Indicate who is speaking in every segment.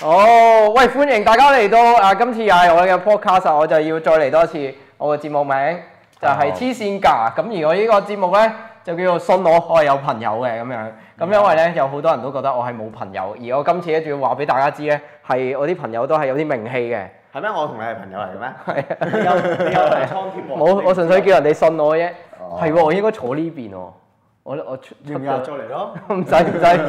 Speaker 1: 好，喂，歡迎大家嚟到啊！今次又係我嘅 podcast，啊我就要再嚟多次我嘅節目名，就係
Speaker 2: 好
Speaker 1: 黐線㗎。咁而我呢個節目咧就叫做信我，我係有朋友嘅咁樣。
Speaker 2: 嗯
Speaker 1: 咁因為咧有好多人都覺得我係冇朋友，而我今次咧仲要話俾大家知咧，係我啲朋友都係有啲名氣嘅。
Speaker 2: 係咩？我同你係朋友嚟嘅咩？
Speaker 1: 係啊
Speaker 2: 你有你有嚟倉貼喎
Speaker 1: 冇，我純粹叫人哋信我啫。
Speaker 2: 哦
Speaker 1: 係喎，我應該坐呢邊喎。我我出出
Speaker 2: 你明日
Speaker 1: 咗
Speaker 2: 再嚟咯。
Speaker 1: 唔使唔使唔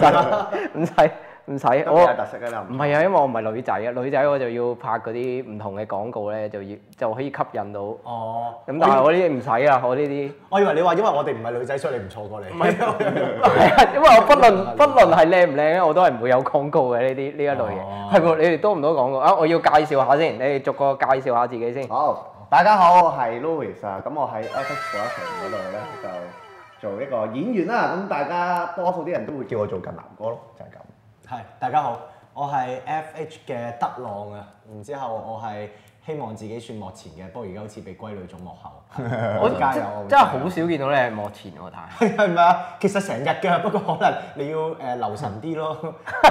Speaker 1: 使唔使唔使，
Speaker 2: 我有
Speaker 1: 我
Speaker 2: 特色嘅啦，
Speaker 1: 唔係啊，因為我唔係女仔啊，女仔我就要拍嗰啲唔同嘅廣告咧，就要就可以吸引到。咁
Speaker 2: 哦，
Speaker 1: 但係我呢啲唔使啊，我呢 啲
Speaker 2: 我以為你話因為我哋唔係女仔，所以你唔錯過你。唔 係，
Speaker 1: 係啊，因為我不論不論係靚唔靚咧，我都係唔會有廣告嘅呢啲呢一類
Speaker 2: 哦
Speaker 1: 嘢。係喎，你哋多唔多廣告啊？我要介紹下先，你哋逐個介紹下自己先。
Speaker 3: 好，大家好，我係 Louis 啊，咁我喺 FX Production 嗰度咧就做一個演員啦，咁大家多數啲人都會叫我做近南哥咯，就係、咁。
Speaker 2: 係大家好，我係 FH 嘅德朗啊，然之後我係希望自己算幕前嘅，不過而家好似被歸類做幕後。
Speaker 1: 我
Speaker 2: 我加油！我會
Speaker 1: 真係
Speaker 2: 加
Speaker 1: 好
Speaker 2: 油
Speaker 1: 少見到你係幕前喎，但係。
Speaker 2: 係咪啊？其實成日嘅，不過可能你要誒留神啲咯，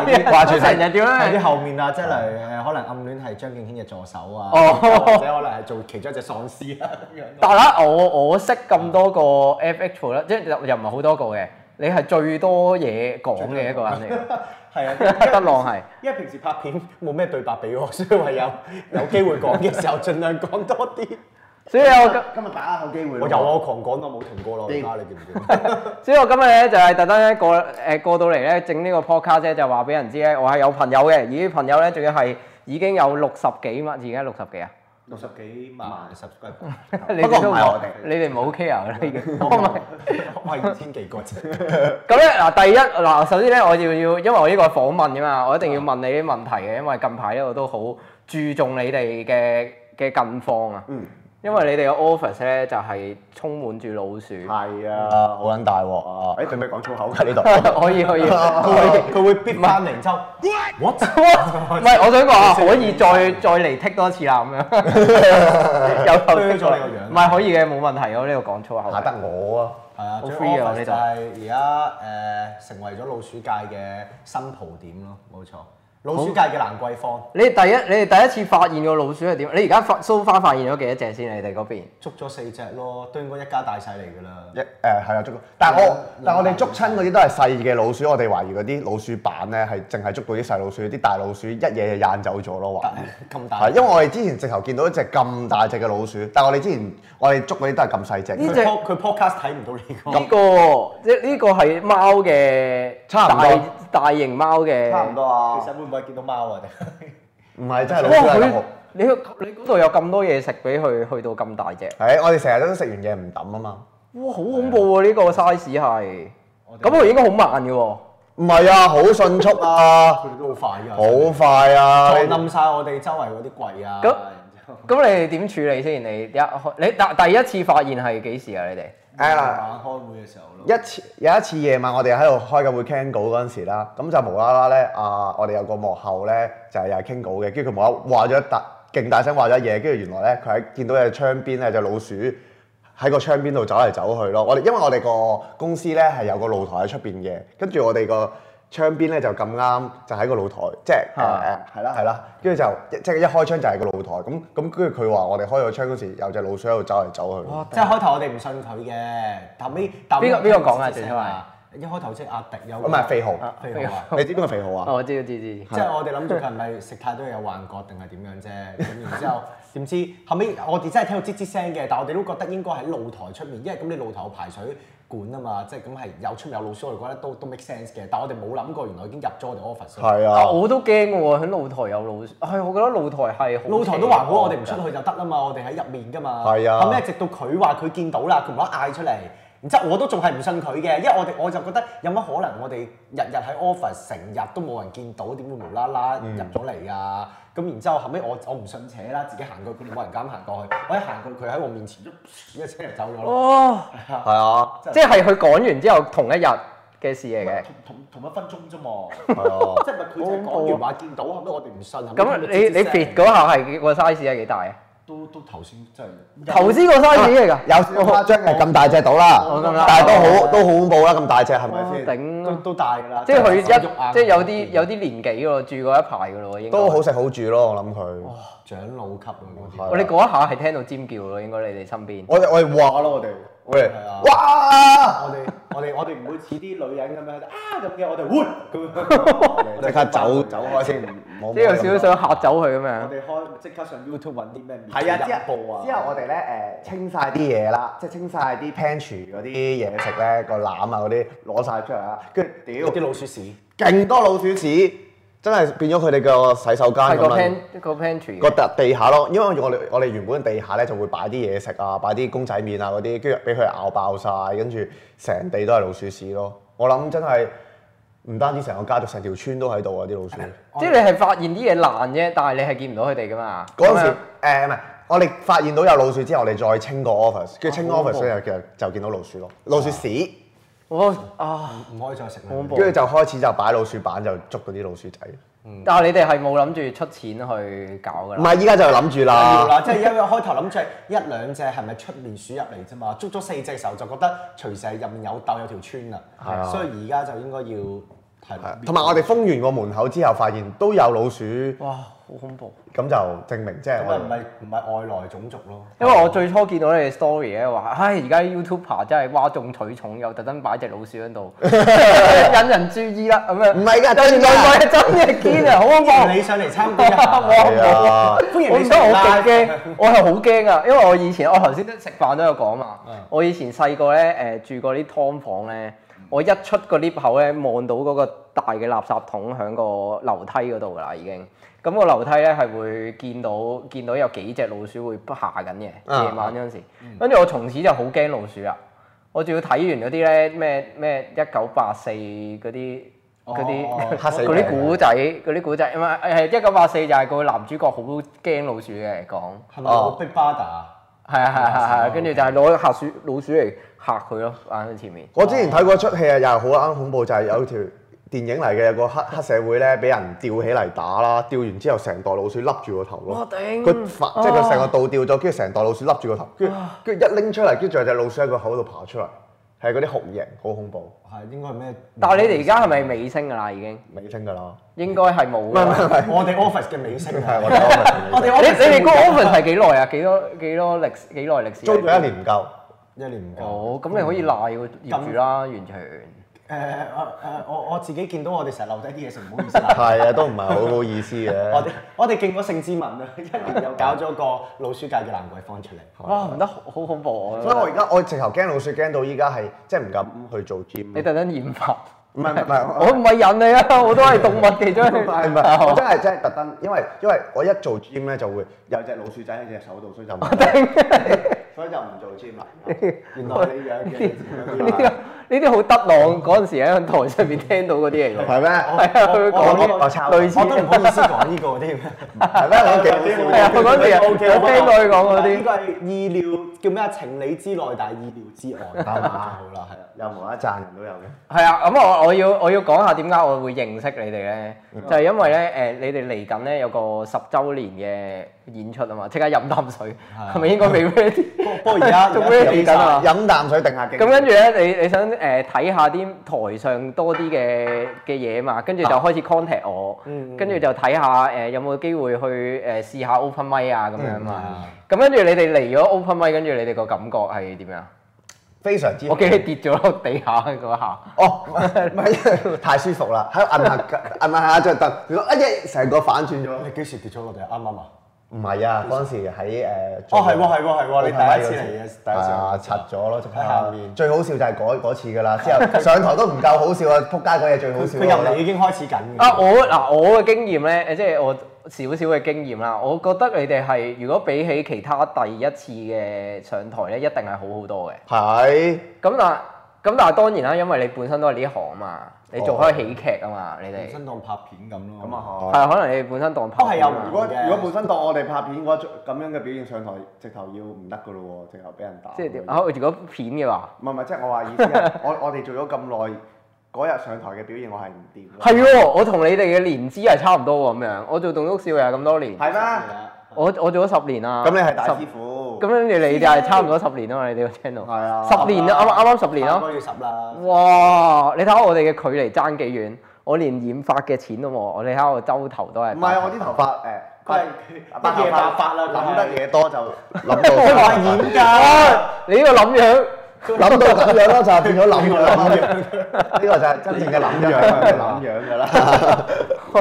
Speaker 1: 掛住成日點咧
Speaker 2: 喺啲後面啊，即係例如誒，可能暗戀係張敬軒嘅助手啊，
Speaker 1: 哦
Speaker 2: 或者可能係做其中一隻喪屍啊 咁樣咯。
Speaker 1: 但係啦，我我識咁多個 FH 啦，即係又又唔係好多個嘅，你係最多嘢講嘅一個 人嚟嘅。
Speaker 2: 係啊，
Speaker 1: 德浪係
Speaker 2: 因為平時拍片冇咩對白俾我，所以唯有有機會講嘅時候，盡量講多啲。
Speaker 1: 所以我
Speaker 3: 今日把握好機會咯
Speaker 2: 我有啊，我狂講到冇停過咯，而家你見唔見？
Speaker 1: 今，所以我今日咧就係特登咧過誒過到嚟咧整呢個 podcast 咧，就話俾人知咧，我係有朋友嘅，而啲朋友咧仲要係已經有六十幾萬，而家六十幾啊？
Speaker 2: 六十幾萬 subscribe，
Speaker 1: 你
Speaker 3: 不過
Speaker 1: 哋都
Speaker 3: 唔係我哋
Speaker 1: 你哋冇 care 啦已經。
Speaker 2: 我唔係我係二千幾個啫。
Speaker 1: 咁咧嗱，第一嗱，首先咧，我要要，因為我呢個係訪問㗎嘛，我一定要問你啲問題嘅，因為近排咧我都好注重你哋嘅嘅近況啊。
Speaker 3: 嗯。
Speaker 1: 因為你哋嘅 office 咧就係充滿住老鼠。
Speaker 3: 係啊，
Speaker 2: 啊，好撚大鑊啊！
Speaker 3: 誒對唔對講粗口㗎呢 度？
Speaker 1: 可 以可以，
Speaker 2: 佢
Speaker 1: 可以
Speaker 2: 會佢會逼翻嚟之後，what？
Speaker 1: 唔係，我想講啊，可以再再嚟剔多次啦，咁樣有頭剔
Speaker 2: 咗你個樣
Speaker 1: 唔係可以嘅，冇問題嘅，我呢度講粗口。
Speaker 3: 嚇得我啊！
Speaker 2: 係啊，
Speaker 1: 好
Speaker 2: 最
Speaker 1: free 啊
Speaker 2: office
Speaker 1: 呢
Speaker 2: 就
Speaker 1: 度
Speaker 2: 係而家誒成為咗老鼠界嘅新蒲點咯，冇錯。老鼠界嘅蘭桂坊
Speaker 1: 你哋第一你哋第一次發現個老鼠係點？你而家發 so far 發現咗幾多隻先？你哋嗰邊？
Speaker 2: 捉咗四隻咯，都應該一家大細嚟㗎啦。
Speaker 3: 一誒係啊，捉過，但係我但係我哋捉親嗰啲都係細嘅老鼠，我哋懷疑嗰啲老鼠板咧係淨係捉到啲細老鼠，啲大老鼠一嘢就掗走咗咯，懷疑。
Speaker 2: 咁大，
Speaker 3: 係，因為我哋之前直頭見到一隻咁大隻嘅老鼠，但係我哋之前我哋捉嗰啲都係咁細
Speaker 1: 呢
Speaker 3: 隻。
Speaker 1: 隻
Speaker 2: 佢 po- 佢 podcast 睇唔到呢 個。
Speaker 1: 呢個即係呢個係貓嘅
Speaker 3: 差唔多
Speaker 1: 大大型貓嘅，
Speaker 3: 多啊
Speaker 2: 其實會唔會見到貓啊？
Speaker 3: 唔係真係老鼠
Speaker 1: 哇！
Speaker 3: 係
Speaker 1: 佢
Speaker 3: 咁。
Speaker 1: 你你嗰度有咁多嘢食俾佢，去到咁大隻，
Speaker 3: 係，我哋成日都食完嘢唔抌啊嘛。
Speaker 1: 哇！好恐怖喎！呢個 size 係，
Speaker 2: 我哋
Speaker 1: 咁佢應該好慢嘅喎。
Speaker 3: 唔係啊，好迅速啊，
Speaker 2: 佢哋都好快㗎。
Speaker 3: 好快啊！
Speaker 2: 撞
Speaker 3: 你
Speaker 2: 冧晒我哋周圍嗰啲櫃啊！
Speaker 1: 咁
Speaker 2: 然之後
Speaker 1: 咁你哋點處理先？你一開你第第一次發現係幾時啊？你哋
Speaker 3: 係啦，
Speaker 2: 晚開會嘅時候咯。
Speaker 3: 一次有一次夜晚我哋喺度開緊會傾稿嗰陣時啦，咁就無啦啦咧啊，我哋有個幕後咧就係又係傾稿嘅，跟住佢無啦話咗一大勁大聲話咗一嘢，跟住原來咧佢喺見到有隻窗邊咧有隻老鼠。喺個窗邊度走嚟走去咯，我哋因為我哋個公司咧係有個露台喺出邊嘅，跟住我哋個窗邊咧就咁啱就喺個露台，即係誒
Speaker 1: 啊
Speaker 3: 誒係啦係啦，跟住就一即係一開窗就係個露台，咁咁跟住佢話我哋開咗窗嗰時有隻老鼠喺度走嚟走去。
Speaker 2: 哇即係開頭我哋唔信佢嘅，後尾後尾
Speaker 1: 哦邊個邊個講啊
Speaker 2: 即係
Speaker 1: 最初係
Speaker 2: 一開頭即係阿迪有
Speaker 3: 唔係肥豪，
Speaker 2: 肥豪啊！
Speaker 3: 你知邊個肥豪啊？
Speaker 1: 哦，我知道知知知。
Speaker 2: 即係我哋諗住佢係咪食太多嘢有幻覺定係點樣啫？咁然之後 點知後尾我哋真係聽到吱吱聲嘅，但係我哋都覺得應該喺露台出面，因為咁你露台有排水管啊嘛，即係咁係有出面有老鼠，我哋覺得都都 make sense 嘅。但係我哋冇諗過原來已經入咗我哋 office 啦。
Speaker 3: 係
Speaker 1: 啊！
Speaker 3: 啊，
Speaker 1: 我都驚喎，喺露台有老鼠。係，我覺得露台係好
Speaker 2: 露台都
Speaker 1: 邪
Speaker 2: 還好，
Speaker 1: 惡
Speaker 2: 我哋唔出去就得啦嘛，我哋喺入面噶嘛。
Speaker 3: 哦係啊
Speaker 2: 後尾直到佢話佢見到啦，佢唔好嗌出嚟。然之後我都仲係唔信佢嘅，因為我哋我就覺得有乜可能我哋日日喺 office 成日都冇人見到，點會無啦啦
Speaker 3: 嗯
Speaker 2: 入咗嚟啊？咁、然之後後尾我我唔信邪啦，自己行過佢，冇人敢行過去。我一行過佢喺我面前，一車就走咗咯。
Speaker 1: 哦，
Speaker 3: 係啊，
Speaker 1: 即係佢講完之後同一日嘅事嚟嘅。
Speaker 2: 同同一分鐘啫嘛，
Speaker 3: 係啊，
Speaker 2: 即係咪佢就係講完話見到，後尾我哋唔信。後尾
Speaker 1: 咁
Speaker 2: 佢
Speaker 1: 你
Speaker 2: 吱吱
Speaker 1: 你
Speaker 2: 聲
Speaker 1: fit 嗰下係個 size 係幾大啊？
Speaker 4: 都都頭先真係
Speaker 1: 投資個 size 嚟㗎，
Speaker 3: 有少誇張嘅咁大隻到啦
Speaker 1: 哦咁啦，
Speaker 3: 但係都好都好恐怖啦，咁大隻係咪先？
Speaker 2: 都
Speaker 1: 頂，
Speaker 2: 都大㗎啦，
Speaker 1: 即係佢一
Speaker 2: 手喐啊
Speaker 1: 即係有啲有啲年紀㗎喎，住過一排㗎咯喎，應該
Speaker 3: 都好食好住咯，我諗佢。
Speaker 2: 哦
Speaker 1: 哦
Speaker 2: 長老級啊嗰啲
Speaker 3: 係。
Speaker 1: 我哋嗰一下係聽到尖叫咯，應該你哋身邊。
Speaker 3: 我哋我哋
Speaker 4: 打
Speaker 3: 哇
Speaker 4: 咯我哋。
Speaker 3: 我哋
Speaker 2: 係啊
Speaker 3: 哇，
Speaker 2: 我哋我哋我哋唔會似啲女人咁樣啊咁嘅，我哋會咁樣。
Speaker 3: 即刻走走開先，冇
Speaker 1: 即係有少少想嚇走佢咁
Speaker 4: 我
Speaker 1: 樣。
Speaker 4: 哋開即刻上 YouTube 揾啲咩面
Speaker 3: 係啊，之
Speaker 4: 日報
Speaker 3: 後之後我哋咧誒清晒啲嘢啦，即係清晒啲 pantry 嗰啲嘢食咧，個籃啊嗰啲攞晒出嚟啦，跟住
Speaker 2: 有啲
Speaker 3: 屌
Speaker 2: 老鼠屎，
Speaker 3: 勁多老鼠屎，真係變咗佢哋個洗手間
Speaker 1: 係個
Speaker 3: 咁樣
Speaker 1: pan 個 pantry
Speaker 3: 個
Speaker 1: 嘅。
Speaker 3: 地地下咯，因為我哋我哋原本地下咧就會擺啲嘢食啊，擺啲公仔麵啊嗰啲，跟住俾佢咬爆晒，跟住成地都係老鼠屎咯。我諗真係唔單止成個家族，成條村都喺度啊啲老鼠。
Speaker 1: 即係你係發現啲嘢爛啫，但係你係見唔到佢哋㗎嘛。
Speaker 3: 嗰陣
Speaker 1: 咁啊
Speaker 3: 時
Speaker 1: 樣
Speaker 3: 誒唔係，我哋發現到有老鼠之後，我哋再清個 office，跟住清個
Speaker 2: 好恐
Speaker 3: office 咧就就見到老鼠咯，老鼠屎，
Speaker 1: 我
Speaker 3: 嗯
Speaker 1: 啊，
Speaker 2: 唔可以再食啦。
Speaker 1: 恐怖
Speaker 3: 跟住就開始就擺老鼠板就捉嗰啲老鼠仔。
Speaker 1: 但係你哋係冇諗住出錢去搞㗎啦。
Speaker 3: 唔係，啊依家就諗住
Speaker 2: 要
Speaker 3: 啦，
Speaker 2: 啦，即係因為開頭諗住一兩隻係咪出面鼠入嚟啫嘛，捉咗四隻時候就覺得隨時入面有竇有條村啦，
Speaker 3: 啊
Speaker 2: 所以而家就應該要係啦
Speaker 3: 同埋我哋封完個門口之後，發現都有老鼠，
Speaker 1: 哇，好恐怖！
Speaker 3: 咁就證明即係
Speaker 2: 咁啊
Speaker 3: 我
Speaker 2: 咪
Speaker 3: 哋
Speaker 2: 唔係唔係外來種族咯，
Speaker 1: 因為我最初見到你哋 story 咧話，唉，而家 YouTuber 真係嘩眾取寵，又特登擺隻老鼠喺 度，引人注意啦咁樣。
Speaker 3: 唔係㗎
Speaker 1: 但原
Speaker 3: 真㗎
Speaker 1: 來我係真嘅堅啊，好恐怖！
Speaker 2: 歡迎你上嚟參加 一下，
Speaker 3: 係啊，
Speaker 2: 歡迎
Speaker 1: 我唔
Speaker 2: 你上
Speaker 1: 得，我
Speaker 2: 嚟啦
Speaker 1: 極驚，我係好驚啊！因為我以前我頭先都食飯都有講嘛，
Speaker 2: 嗯
Speaker 1: 我以前細個咧誒住過啲劏房咧，我一出個 lift 口咧望到嗰個大嘅垃圾桶喺個樓梯嗰度㗎啦已經。咁個樓梯咧係會見到見到有幾隻老鼠會爬緊嘅，
Speaker 3: 啊
Speaker 1: 夜晚嗰陣時，
Speaker 2: 嗯
Speaker 1: 跟住我從此就好驚老鼠啦。我仲要睇完嗰啲咧咩咩一九八四嗰啲嗰
Speaker 2: 哦
Speaker 1: 啲
Speaker 3: 嚇死
Speaker 1: 嗰
Speaker 3: 你
Speaker 1: 啲古仔嗰啲古仔，唔係誒一九八四就係個男主角好驚老鼠嘅講，
Speaker 2: 係
Speaker 3: 哦
Speaker 2: 咪我 Big Brother？
Speaker 1: 係啊係啊係啊，跟住就係攞嚇鼠老鼠嚟嚇佢咯，擺喺前面。
Speaker 3: 我之前睇過一出戲啊，又係好啱恐怖，就係、有條電影嚟嘅，有個黑黑社會咧，俾人吊起嚟打啦，吊完之後成袋老鼠笠住個頭咯
Speaker 1: 我。頂
Speaker 3: 佢反即係佢成個倒吊咗，跟住成袋老鼠笠住個頭，跟住跟住一拎出嚟，跟住仲有隻老鼠喺個口度爬出嚟，係嗰啲酷刑，好恐怖，
Speaker 2: 係應該係咩？
Speaker 1: 但係你哋而家係咪尾聲㗎啦？已經
Speaker 3: 尾聲㗎啦。
Speaker 1: 應該係冇㗎啦。
Speaker 2: 我哋 office 嘅美聲
Speaker 3: 係
Speaker 2: 啊！
Speaker 3: 我哋安排
Speaker 2: 我
Speaker 3: 尾聲
Speaker 2: 哋
Speaker 1: 你你
Speaker 2: office
Speaker 1: 哋個
Speaker 2: 嘅美
Speaker 1: office 係幾耐啊？幾多幾多歷史幾耐歷史？
Speaker 3: 租咗一年唔夠，
Speaker 2: 一年唔夠。
Speaker 1: 哦，咁你可以賴個業主啦，完全。
Speaker 2: 誒誒誒，我我自己見到我哋成日留低啲嘢食，唔好意思啦。
Speaker 3: 係啊，都唔係好好意思
Speaker 2: 我
Speaker 3: 嘅。
Speaker 2: 哋我哋勁過盛之文啊，一年又搞咗個老鼠界嘅蘭桂坊出嚟。
Speaker 1: 哇，唔得，好好恐怖啊！
Speaker 3: 所以我而家我直頭驚老鼠驚到依家係即係唔敢去做 gym
Speaker 1: 你。特登染髮，
Speaker 3: 唔係唔係唔係。
Speaker 1: 我唔係人嚟啊，我都係哦動物其中一
Speaker 3: 唔係唔係，我真係真係特登，因為因為我一做 gym 咧就會有隻老鼠仔喺隻手度，所以就唔 所以就唔做 gym 啦。
Speaker 2: 原來你養 嘅
Speaker 1: 呢
Speaker 3: 啊
Speaker 1: 啲呢啲好德朗嗰陣時喺台上面聽到嗰啲嚟嘅，
Speaker 3: 係
Speaker 1: 係
Speaker 3: 咩？
Speaker 1: 啊，佢
Speaker 3: 我
Speaker 1: 講
Speaker 3: 我我抄
Speaker 1: 啲類似，
Speaker 2: 我都唔好意思講呢個添。
Speaker 3: 係咩？我幾好
Speaker 1: 係啊，嗰陣時有聽過佢講嗰
Speaker 2: 呢
Speaker 1: 啲，
Speaker 2: 個係啊意料叫咩啊？情理之內，但係意料之外，啱嘛？好啦，係啊。
Speaker 3: 又無啦啦讚人都有嘅。
Speaker 1: 係啊，咁我我要我要講下點解我會認識你哋咧，
Speaker 2: 嗯
Speaker 1: 就係因為咧誒，你哋嚟緊咧有個十週年嘅演出啊嘛，即刻飲啖水，係咪應該未 ready？
Speaker 2: 不過而家
Speaker 1: 仲 ready 緊啊！
Speaker 3: 飲啖水定下勁。
Speaker 1: 咁跟住咧，你你想誒睇下啲台上多啲嘅嘅嘢嘛，跟住就開始 contact 我，跟住就睇下誒有冇機會去誒試下 open mic 啊咁樣嘛。咁跟住你哋嚟咗 open mic，跟住你哋個感覺係點樣？
Speaker 3: 非常之
Speaker 1: 我記你跌咗落地下嗰下，
Speaker 3: 哦，唔係唔係因為太舒服啦，喺度摁下摁下下張凳，如果一嘢成個反轉咗。
Speaker 2: 你幾時跌咗落地？啱啱啊？
Speaker 3: 唔係啊，嗰陣時喺誒。
Speaker 2: 哦，係喎，係喎，係喎，你第一次嚟啊嘅，第一次
Speaker 3: 係啊，
Speaker 2: 嚟。
Speaker 3: 拆咗咯，就
Speaker 2: 喺下面
Speaker 3: 最好笑就係嗰嗰次㗎啦，之後上台都唔夠好笑啊！撲街嗰嘢最好笑
Speaker 2: 啊佢
Speaker 3: 啦。
Speaker 2: 入嚟已經開始緊嘅。
Speaker 1: 啊！我嗱我嘅經驗咧，誒即係我少少嘅經驗啦，我覺得你哋係如果比起其他第一次嘅上台咧，一定係好好多嘅。
Speaker 3: 係
Speaker 1: 咁但咁但係當然啦，因為你本身都係呢行嘛，
Speaker 3: 哦
Speaker 1: 你做開喜劇啊嘛，你
Speaker 4: 本
Speaker 1: 哋
Speaker 4: 身當拍片咁咯。
Speaker 3: 咁啊，係。
Speaker 1: 係可能你哋本身當拍
Speaker 2: 都係
Speaker 1: 片
Speaker 2: 有
Speaker 1: 嘛
Speaker 3: 哦啊如果
Speaker 2: 嘅
Speaker 3: 如果本身當我哋拍片嘅話，咁樣嘅表現上台，直頭要唔得㗎咯喎，直頭俾人打。
Speaker 1: 即係點啊？如果片嘅話，
Speaker 3: 唔係唔係，即係我話意思係，我 我哋做咗咁耐，嗰日上台嘅表現我係唔掂。
Speaker 1: 係喎，我同你哋嘅年資係差唔多喎，咁樣我做棟篤笑又係咁多年，
Speaker 3: 係
Speaker 2: 係
Speaker 3: 咩？
Speaker 2: 啊
Speaker 1: 我我做咗十年啦。
Speaker 3: 咁你係大
Speaker 1: 十
Speaker 3: 師傅，
Speaker 1: 咁樣你哋係差唔多十年啊嘛，你哋個 channel。
Speaker 3: 係啊
Speaker 1: 十年啦，啱啱啱啱十年
Speaker 2: 應
Speaker 1: 啦。
Speaker 2: 該要十啦。
Speaker 1: 哇！你睇下我哋嘅距離爭幾遠，我連染髮嘅錢都冇，我哋睇下我周頭都係。
Speaker 3: 唔係我啲頭髮 誒，
Speaker 2: 佢係白夜白髮啦佢係
Speaker 3: 諗得嘢多就諗 到
Speaker 1: 我話
Speaker 3: 白
Speaker 2: 點
Speaker 3: 髮
Speaker 2: 㗎？
Speaker 1: 你呢個諗 樣，
Speaker 3: 諗到咁樣咯，就係變咗諗樣諗樣， 呢個就係真正嘅諗樣諗樣㗎啦。
Speaker 1: 好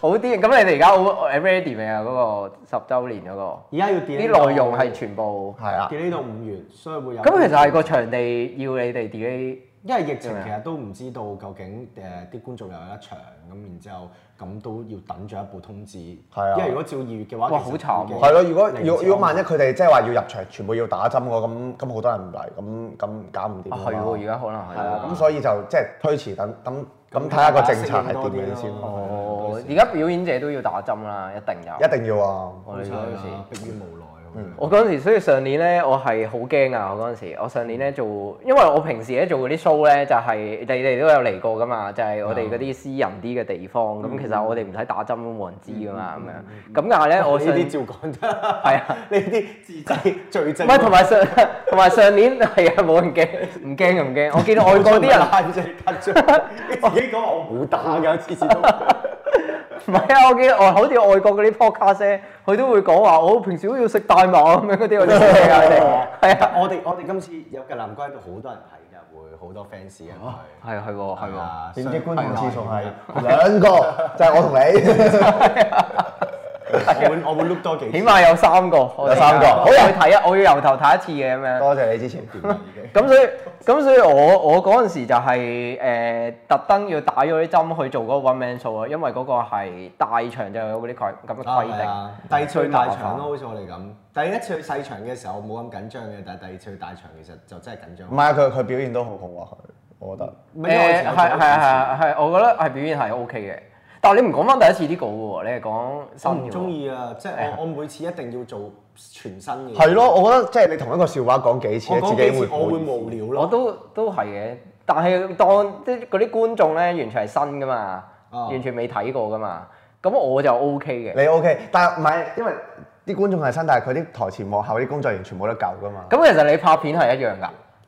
Speaker 1: 好啲。咁你哋而家好誒 ready 未啊？嗰個十週年嗰個
Speaker 2: 而家要點？
Speaker 1: 啲內容係全部。
Speaker 3: 係啊，
Speaker 2: 點呢度唔完，所以會有。
Speaker 1: 咁其實係個場地要你哋自己。
Speaker 2: 因為疫情
Speaker 1: 啊
Speaker 2: 其實都唔知道究竟誒啲觀眾又有得場咁，然之後咁都要等咗一步通知。
Speaker 3: 係啊
Speaker 2: 因為如果照二月嘅話，
Speaker 1: 哇
Speaker 2: 其實
Speaker 1: 好慘喎
Speaker 3: 係咯。如果
Speaker 2: 零
Speaker 3: 如
Speaker 2: 至
Speaker 3: 果如果萬一佢哋即係話要入場，全部要打針喎，咁咁好多人唔嚟，咁咁搞唔掂
Speaker 1: 啊
Speaker 3: 㗎嘛
Speaker 1: 係喎，而家可能係
Speaker 3: 係啊，
Speaker 1: 喎
Speaker 3: 咁所以就即係推遲等等咁睇下個政策係點樣先咯。
Speaker 1: 哦，而家表演者都要打針啦，一定有。
Speaker 3: 一定要啊！
Speaker 1: 我哋嗰陣時。嗯
Speaker 2: 逼於無奈咁樣。
Speaker 1: 我嗰陣時，所以上年咧，我係好驚啊！我嗰陣時，我上年咧做，因為我平時咧做嗰啲 show 咧，就係、你哋都有嚟過噶嘛，就係、我哋嗰啲私人啲嘅地方，咁、其實我哋唔使打針都冇人知噶嘛，咁樣。咁但係咧，我
Speaker 2: 呢
Speaker 1: 上
Speaker 2: 啲照講得，
Speaker 1: 係 啊，
Speaker 2: 呢啲自制罪
Speaker 1: 唔
Speaker 2: 證。
Speaker 1: 係同埋上 同埋上年 係啊，冇人驚，唔驚就唔 驚。我見到外國啲人
Speaker 2: 拉住咳咗， 你自己講話我冇打㗎，次次都。
Speaker 1: 唔係啊，我見我好似外國嗰啲 podcast 咧，佢都會講話我平時都要食大麻咁樣嗰啲，我哋驚啊你哋係啊，
Speaker 2: 我哋我哋今次有嘅南瓜喺度，好多人睇㗎，會好多 fans 啊。
Speaker 1: 哦係係喎係喎。
Speaker 2: 啊
Speaker 3: 點擊觀看次數係
Speaker 2: 係啊
Speaker 3: 兩個，就係我同 你
Speaker 2: 我會我會 look 多幾次
Speaker 1: 起。碼有三個，
Speaker 3: 有三個
Speaker 1: 我要睇啊一，我要由頭睇一次嘅咁樣。
Speaker 3: 多謝你之前。
Speaker 1: 咁所以咁所以我我嗰陣時就係、誒、特登要打咗啲針去做嗰個 one man show 啊，因為嗰個係大場就有嗰啲規咁嘅規定。
Speaker 2: 啊係啊第二次去大場咯，好似我哋咁。第一次去細場嘅時候冇咁緊張嘅，但係第二次去大場其實就真係緊張
Speaker 3: 唔。係啊佢佢表現都好好啊，佢我覺得。
Speaker 2: 唔係因為我以
Speaker 1: 誒
Speaker 2: 前有
Speaker 1: 係
Speaker 2: 做
Speaker 1: 係
Speaker 2: 過
Speaker 1: 係係，我覺得係表現係 O K 嘅。但係你唔講翻第一次啲稿嘅喎，你係講新
Speaker 2: 我
Speaker 1: 嘅
Speaker 2: 唔中
Speaker 1: 喎。
Speaker 2: 意啊！即係
Speaker 1: 係啊
Speaker 2: 我我每次一定要做全新嘅。
Speaker 3: 係咯，我覺得即係你同一個笑話講幾次，
Speaker 2: 我
Speaker 3: 你自
Speaker 2: 講
Speaker 3: 己
Speaker 2: 幾
Speaker 3: 會
Speaker 2: 次我會
Speaker 3: 唔好
Speaker 2: 無
Speaker 3: 意思
Speaker 2: 聊
Speaker 1: 我
Speaker 2: 咯。
Speaker 1: 都都係嘅，但係當即係嗰啲觀眾咧，完全係新噶
Speaker 3: 啊
Speaker 1: 嘛，
Speaker 2: 哦
Speaker 1: 完全未睇過噶嘛。咁我就 O K 嘅。
Speaker 3: 你 OK，但係唔係因為啲觀眾係新，但係佢啲台前幕後啲工作人員全部都舊噶嘛。
Speaker 1: 咁其實你拍片係一樣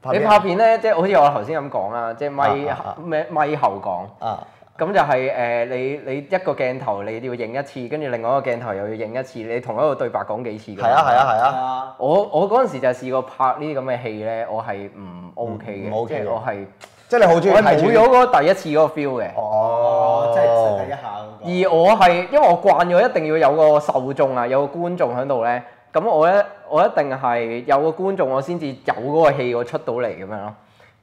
Speaker 3: 拍
Speaker 1: 㗎，你
Speaker 3: 片
Speaker 1: 拍片咧，即係好似我頭先咁講啦，即係咪
Speaker 3: 啊啊啊
Speaker 1: 咩咪後講，
Speaker 3: 啊，
Speaker 1: 咁就係、誒你你一個鏡頭你要影一次，跟住另外一個鏡頭又要影一次，你同一個對白講幾次㗎？
Speaker 3: 係啊，係啊，係
Speaker 2: 係
Speaker 3: 啊。
Speaker 2: 啊。
Speaker 1: 我我嗰陣時就試過拍呢啲咁嘅戲咧，我係唔 OK 嘅，
Speaker 3: 嗯唔 OK 嘅
Speaker 1: 即係我係
Speaker 3: 即係你好中意
Speaker 1: 我係
Speaker 3: 睇住
Speaker 1: 冇咗嗰個第一次嗰個 feel 嘅。
Speaker 3: 哦
Speaker 2: 哦，，即係第一下嗰個。
Speaker 1: 而我係因為我慣咗一定要有個受眾啊，有個觀眾喺度咧，咁我咧我一定係有個觀眾我先至有嗰個戲我出到嚟咁樣咯。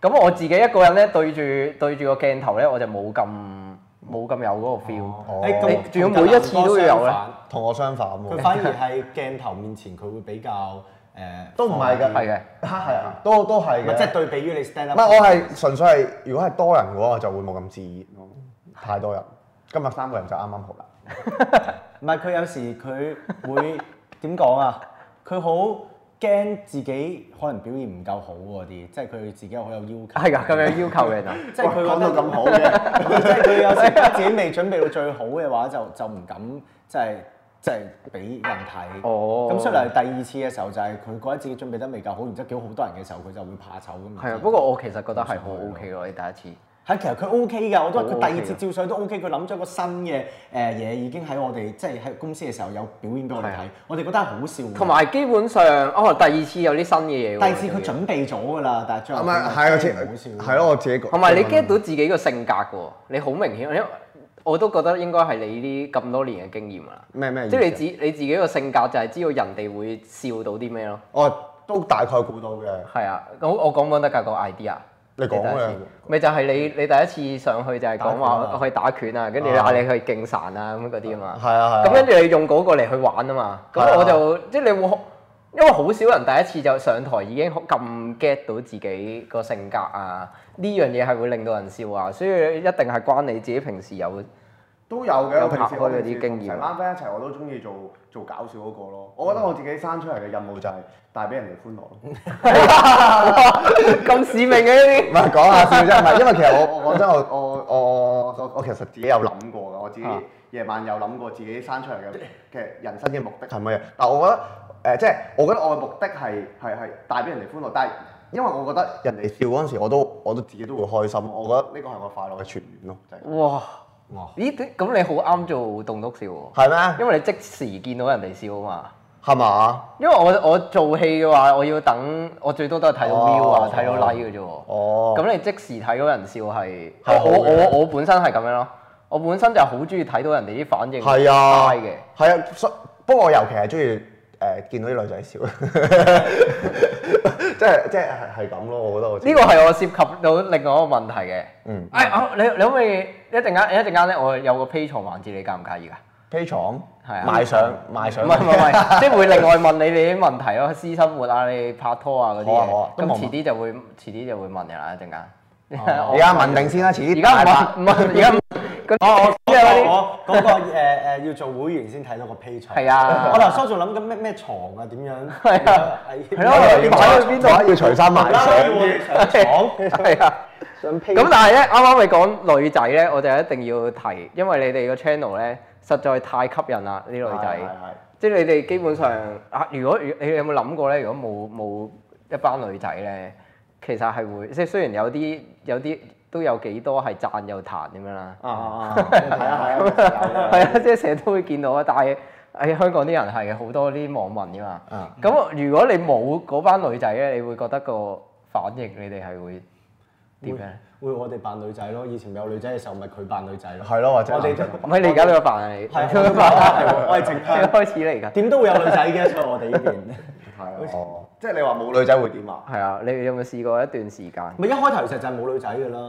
Speaker 1: 咁我自己一個人咧對住對住個鏡頭咧，我就冇咁冇咁有嗰個 feel。
Speaker 3: 哦
Speaker 2: 誒咁
Speaker 1: 你仲要每一次都要有咧
Speaker 3: 同我相反
Speaker 2: 佢
Speaker 3: 喎。
Speaker 2: 反而係鏡頭面前佢會比較誒。
Speaker 3: 都唔係㗎，
Speaker 1: 係嘅
Speaker 3: 啊，係啊，都都係
Speaker 2: 唔係即
Speaker 3: 嘅
Speaker 2: 係。對比於你 stand
Speaker 3: 唔
Speaker 2: up。
Speaker 3: 係，我係純粹係，如果係多人嘅話，我就會冇咁自然咯。太多人，今日三個人就啱啱好啦。
Speaker 2: 唔係佢有時佢 會點講啊？佢好驚自己可能表現唔夠好嗰啲，即係佢自己好有要求。
Speaker 1: 係㗎，咁樣要求 嘅就。
Speaker 2: 即係佢覺得
Speaker 3: 咁好 嘅，
Speaker 2: 即係佢有時覺得自己未準備到最好嘅話，就就唔敢即係即係俾人睇。
Speaker 1: 哦
Speaker 2: 咁所以嚟第二次嘅時候就係佢覺得自己準備得未夠好，然之後叫好多人嘅時候，佢就會怕醜咁。
Speaker 1: 係啊，不過我其實覺得係好 OK 咯，你第一次。
Speaker 2: 係，其實佢 O K 㗎，我都話佢第
Speaker 1: 好 OK
Speaker 2: 二
Speaker 1: 㗎
Speaker 2: 次照相都 O K，佢諗咗個新嘅誒嘢已經喺我哋即係喺公司嘅時候有表演俾我哋
Speaker 1: 係
Speaker 2: 睇
Speaker 1: 啊，
Speaker 2: 我哋覺得係好笑㗎。
Speaker 1: 同埋基本上，哦，第二次有啲新嘅嘢喎。
Speaker 2: 第二次佢準備咗㗎啦，但係最後
Speaker 3: 唔係啊係我自
Speaker 2: 啊好笑。
Speaker 3: 係咯，啊我自己覺
Speaker 1: 同埋你 get 到自己個性格嘅喎，你好明顯，因為我都覺得應該係你呢咁多年嘅經驗啦。
Speaker 3: 咩咩意
Speaker 1: 即
Speaker 3: 思啊？
Speaker 1: 係你自你自己個性格就係知道人哋會笑到啲咩咯。
Speaker 3: 我哦都大概估到嘅。
Speaker 1: 係啊，咁我講唔講得㗎個 idea？
Speaker 3: 你講
Speaker 1: 第一
Speaker 3: 嘅
Speaker 1: 次，咪就係你你第一次上去就係講
Speaker 2: 啊打拳啊
Speaker 1: 話去打拳啊，跟住
Speaker 3: 啊
Speaker 1: 嗌你去競散啊咁嗰啲啊嘛。
Speaker 3: 係啊係啊。
Speaker 1: 咁跟住你用嗰個嚟去玩啊嘛。
Speaker 3: 係啊
Speaker 1: 咁我就即係你會好，因為好少人第一次就上台已經咁 get 到自己個性格啊，呢樣嘢係會令到人笑啊，所以一定係關你自己平時有。
Speaker 3: 都有嘅，
Speaker 1: 有
Speaker 3: 我平
Speaker 1: 拍
Speaker 3: 時
Speaker 1: 開
Speaker 3: 我
Speaker 1: 嗰啲
Speaker 3: 平時
Speaker 1: 經
Speaker 3: 同
Speaker 1: 驗
Speaker 3: 成班
Speaker 2: 哦
Speaker 3: friend 一齊，我都中意做做搞笑嗰個咯。我覺得我自己生出嚟嘅任務就係帶俾人哋歡樂 咯。
Speaker 1: 咁使命嘅呢
Speaker 3: 唔係 講下笑啫，唔係因為其實我我講真，我我我我我其實自己有諗過㗎，我自己
Speaker 1: 啊
Speaker 3: 夜晚有諗過自己生出嚟嘅嘅人生嘅目的係乜嘢？但我覺得誒、呃即係我覺得我嘅目的係係係帶俾人哋歡樂，但係因為我覺得人哋笑嗰陣時，我都我都自己都會開心。我覺得呢個係我快樂嘅泉源咯，就係咁、
Speaker 1: 哇！
Speaker 2: 哇
Speaker 1: 咦？咁你好啱做棟篤笑喎，
Speaker 3: 係咩？
Speaker 1: 因為你即時見到人哋笑啊嘛。
Speaker 3: 係嘛？
Speaker 1: 因為我我做戲嘅話，我要等我最多都係睇到
Speaker 3: 哦
Speaker 1: view 啊，睇到 like 嘅啫喎。
Speaker 3: 哦，
Speaker 1: 咁你即時睇到人笑係，
Speaker 3: 係好
Speaker 1: 我
Speaker 3: 嘅
Speaker 1: 我我本身係咁樣咯，我本身就好中意睇到人哋啲反應
Speaker 3: 係啊，
Speaker 1: 快嘅。
Speaker 3: 係啊，所不過我尤其係中意誒見到啲女仔笑， 即係即係係係咁咯，我覺得我自己
Speaker 1: 呢個係我涉及到另外一個問題嘅。
Speaker 3: 嗯
Speaker 1: 哎，我你你可唔可以一陣間一陣間咧，我有個 P 床環節，你介唔介意㗎？
Speaker 3: P 廠
Speaker 1: 係啊
Speaker 3: 賣相賣
Speaker 1: 唔係
Speaker 3: 相，
Speaker 1: 唔係唔係，即係會另外問你哋啲問題咯，私生活啊，你拍拖啊嗰啲
Speaker 3: 好啊好啊
Speaker 1: 嘢。
Speaker 3: 都
Speaker 1: 咁
Speaker 3: 冇問
Speaker 1: 遲啲就會遲啲就會問人啦，一陣間。
Speaker 3: 而家問定先啦，遲啲
Speaker 1: 而家唔
Speaker 3: 大把
Speaker 1: 問 唔問，而家唔嗰
Speaker 3: 哦
Speaker 1: 啲即係嗰啲
Speaker 2: 我嗰個誒誒要做會員先睇到個 page。
Speaker 1: 係啊
Speaker 2: 我頭先仲諗緊咩咩床啊點樣？
Speaker 1: 係啊
Speaker 2: 係
Speaker 1: 係咯我哋
Speaker 3: 要
Speaker 1: 買去邊度
Speaker 3: 買要除衫啊賣
Speaker 2: 啦
Speaker 3: 相，
Speaker 1: 係啊。
Speaker 3: 想 P
Speaker 1: 咁但係咧，啱啱你講女仔咧，我就一定要提，因為你哋個 channel 咧實在太吸引啦，呢女
Speaker 2: 啊
Speaker 1: 仔。即係你哋基本上啊，如果如你有冇諗過咧？如果冇冇一班女仔咧，其實係會即係雖然有啲有啲都有幾多係讚又彈咁樣啦，
Speaker 4: 啊啊啊！係 啊係啊，
Speaker 1: 係啊，即係成日都會見到啊。但係喺香港啲人係好多啲網民噶嘛。
Speaker 3: 啊
Speaker 1: 咁、如果你冇嗰班女仔咧，你會覺得個反應你哋係會點咧？
Speaker 2: 會我哋扮女仔咯，以前咪有女仔嘅時候，咪佢扮女仔咯。
Speaker 3: 係咯，或者
Speaker 2: 我哋都
Speaker 1: 唔係你而家都有扮啊！你
Speaker 2: 係
Speaker 1: 你都有扮啊
Speaker 2: 我係正
Speaker 1: 你開始嚟㗎。
Speaker 2: 點都會有女仔嘅，所以我哋呢邊。
Speaker 3: 係啊哦， 即係你話冇女仔會點啊？
Speaker 1: 係啊，你有冇試過一段時間？
Speaker 2: 咪一開頭其實就係冇女仔嘅啦，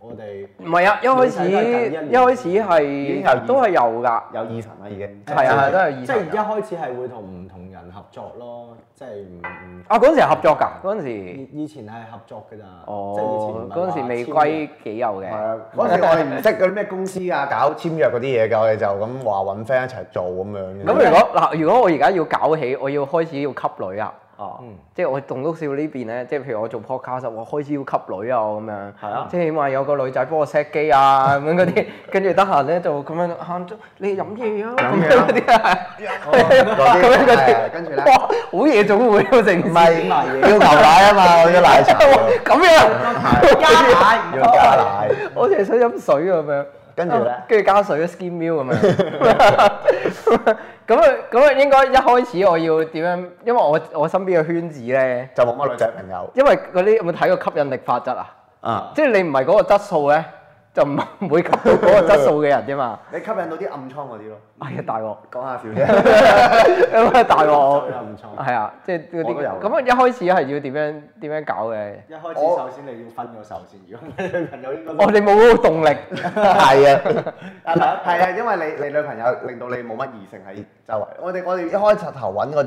Speaker 2: 我哋
Speaker 1: 唔係啊，一開始
Speaker 2: 女仔都係近一年
Speaker 1: 一開始
Speaker 3: 經有
Speaker 1: 係都係有㗎，啊
Speaker 3: 有二神啦已經，
Speaker 1: 係啊係都係
Speaker 2: 即
Speaker 1: 異
Speaker 2: 係
Speaker 1: 性
Speaker 2: 一開始係會同唔同人合作咯，即係唔唔
Speaker 1: 啊嗰陣時合作㗎，嗰陣時
Speaker 2: 以以前係合作㗎咋，即係以前
Speaker 1: 哦
Speaker 2: 唔，係
Speaker 1: 嗰陣時
Speaker 2: 話
Speaker 1: 未
Speaker 2: 簽
Speaker 1: 歸己有嘅
Speaker 3: 係，啊，嗰陣時我哋唔識嗰啲咩公司啊，搞簽約嗰啲嘢㗎，我哋就咁話揾 friend 一齊做咁樣。
Speaker 1: 咁如果
Speaker 3: 嗯
Speaker 1: 嗱，如果我而家要搞起，我要開始要吸女啊！
Speaker 3: 哦，
Speaker 1: 即係我棟篤笑呢邊咧，即係譬如我做 podcast，我開始要吸女啊，我咁樣，
Speaker 3: 係啊
Speaker 1: 即係起碼有個女仔幫我 set 機啊， 咁樣嗰啲，跟住得閒咧就咁樣喊咗你飲嘢啊，
Speaker 3: 飲
Speaker 1: 咁
Speaker 3: 嘢
Speaker 1: 樣
Speaker 3: 啊哦
Speaker 1: 嗰啲啊，
Speaker 3: 嗰
Speaker 1: 咁樣嗰
Speaker 3: 啲
Speaker 1: 啲，
Speaker 3: 跟住咧
Speaker 1: 哇，好夜總會喎，成唔
Speaker 3: 唔係 要牛奶啊嘛，我要奶 茶，
Speaker 1: 咁樣，
Speaker 3: 奶 要加奶，
Speaker 1: 我淨係想飲水啊咁樣。
Speaker 3: 跟住咧。
Speaker 1: 跟住加水啊 skim milk 咁樣。咁啊咁啊，應該一開始我要點樣？因為我我身邊嘅圈子咧，
Speaker 3: 就冇乜女仔朋友
Speaker 1: 因為嗰啲有冇睇過吸引力法則啊？
Speaker 3: 啊！
Speaker 1: 即係你唔係嗰個質素咧，就唔 唔會吸到嗰個質素嘅人啫嘛。
Speaker 3: 你吸引到啲暗瘡嗰啲咯，
Speaker 1: 哎呀，大鑊！
Speaker 3: 講下笑啫。
Speaker 1: 咁啊，大鑊
Speaker 2: 又唔！錯
Speaker 1: 係啊，即係嗰
Speaker 3: 我都
Speaker 1: 啲
Speaker 3: 有
Speaker 1: 咁啊，一開始係要點樣點樣搞嘅？
Speaker 4: 一開始首先你要分咗手先，如果你女朋友應該
Speaker 1: 我哦哋冇嗰個 動力，
Speaker 3: 係啊，係啊，因為你你女朋友令到你冇乜異性喺周圍。我哋我哋一開頭揾嗰啲誒，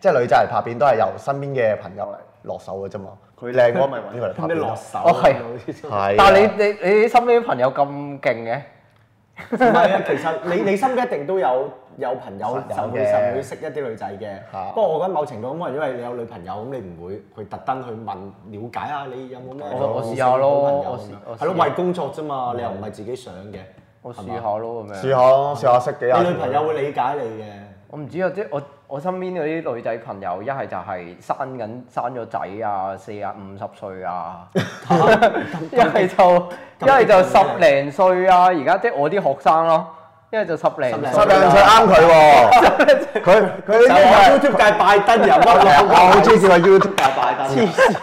Speaker 3: 即係女仔嚟拍片，都係由身邊嘅朋友嚟落手嘅啫嘛。佢靚嗰個咪 揾佢嚟拍
Speaker 2: 咩
Speaker 3: 片
Speaker 2: 落
Speaker 3: 咯。
Speaker 2: 手
Speaker 1: 哦係
Speaker 2: 好似真係
Speaker 3: 係啊。
Speaker 1: 但係你你你身邊啲朋友咁勁嘅，
Speaker 2: 唔係啊，其實你你身邊一定都有有朋友
Speaker 3: 實有
Speaker 2: 就會
Speaker 3: 嘅
Speaker 2: 就會識一啲女仔
Speaker 3: 嚇
Speaker 2: 嘅。不過我覺得某程度咁，因為你有女朋友，咁你唔會去特登去問了解下你有冇咩
Speaker 1: 我我試下咯
Speaker 2: 朋友
Speaker 1: 我試我
Speaker 2: 咁樣
Speaker 1: 試
Speaker 2: 係
Speaker 1: 下
Speaker 2: 咯，為工作啫嘛，你又唔係自己想嘅。
Speaker 1: 我試
Speaker 2: 係嘛
Speaker 1: 下咯咁樣
Speaker 3: 試。下咯試下識幾下。
Speaker 2: 你女朋友會理解你嘅。
Speaker 1: 我唔知啊，即係我我身邊嗰啲女仔朋友，一係就係生緊生咗仔啊，四啊五十歲啊， 一係就一係就十零歲啊，而家即係我啲學生咯，一係就十零
Speaker 3: 十
Speaker 1: 歲啊
Speaker 3: 零歲啱佢 喎。佢佢
Speaker 2: 就係 YouTube 界拜登又屈
Speaker 3: 係
Speaker 2: 落，
Speaker 3: 我好中意 叫佢 YouTube 界拜登
Speaker 2: 黐
Speaker 3: 嘅。
Speaker 2: 線，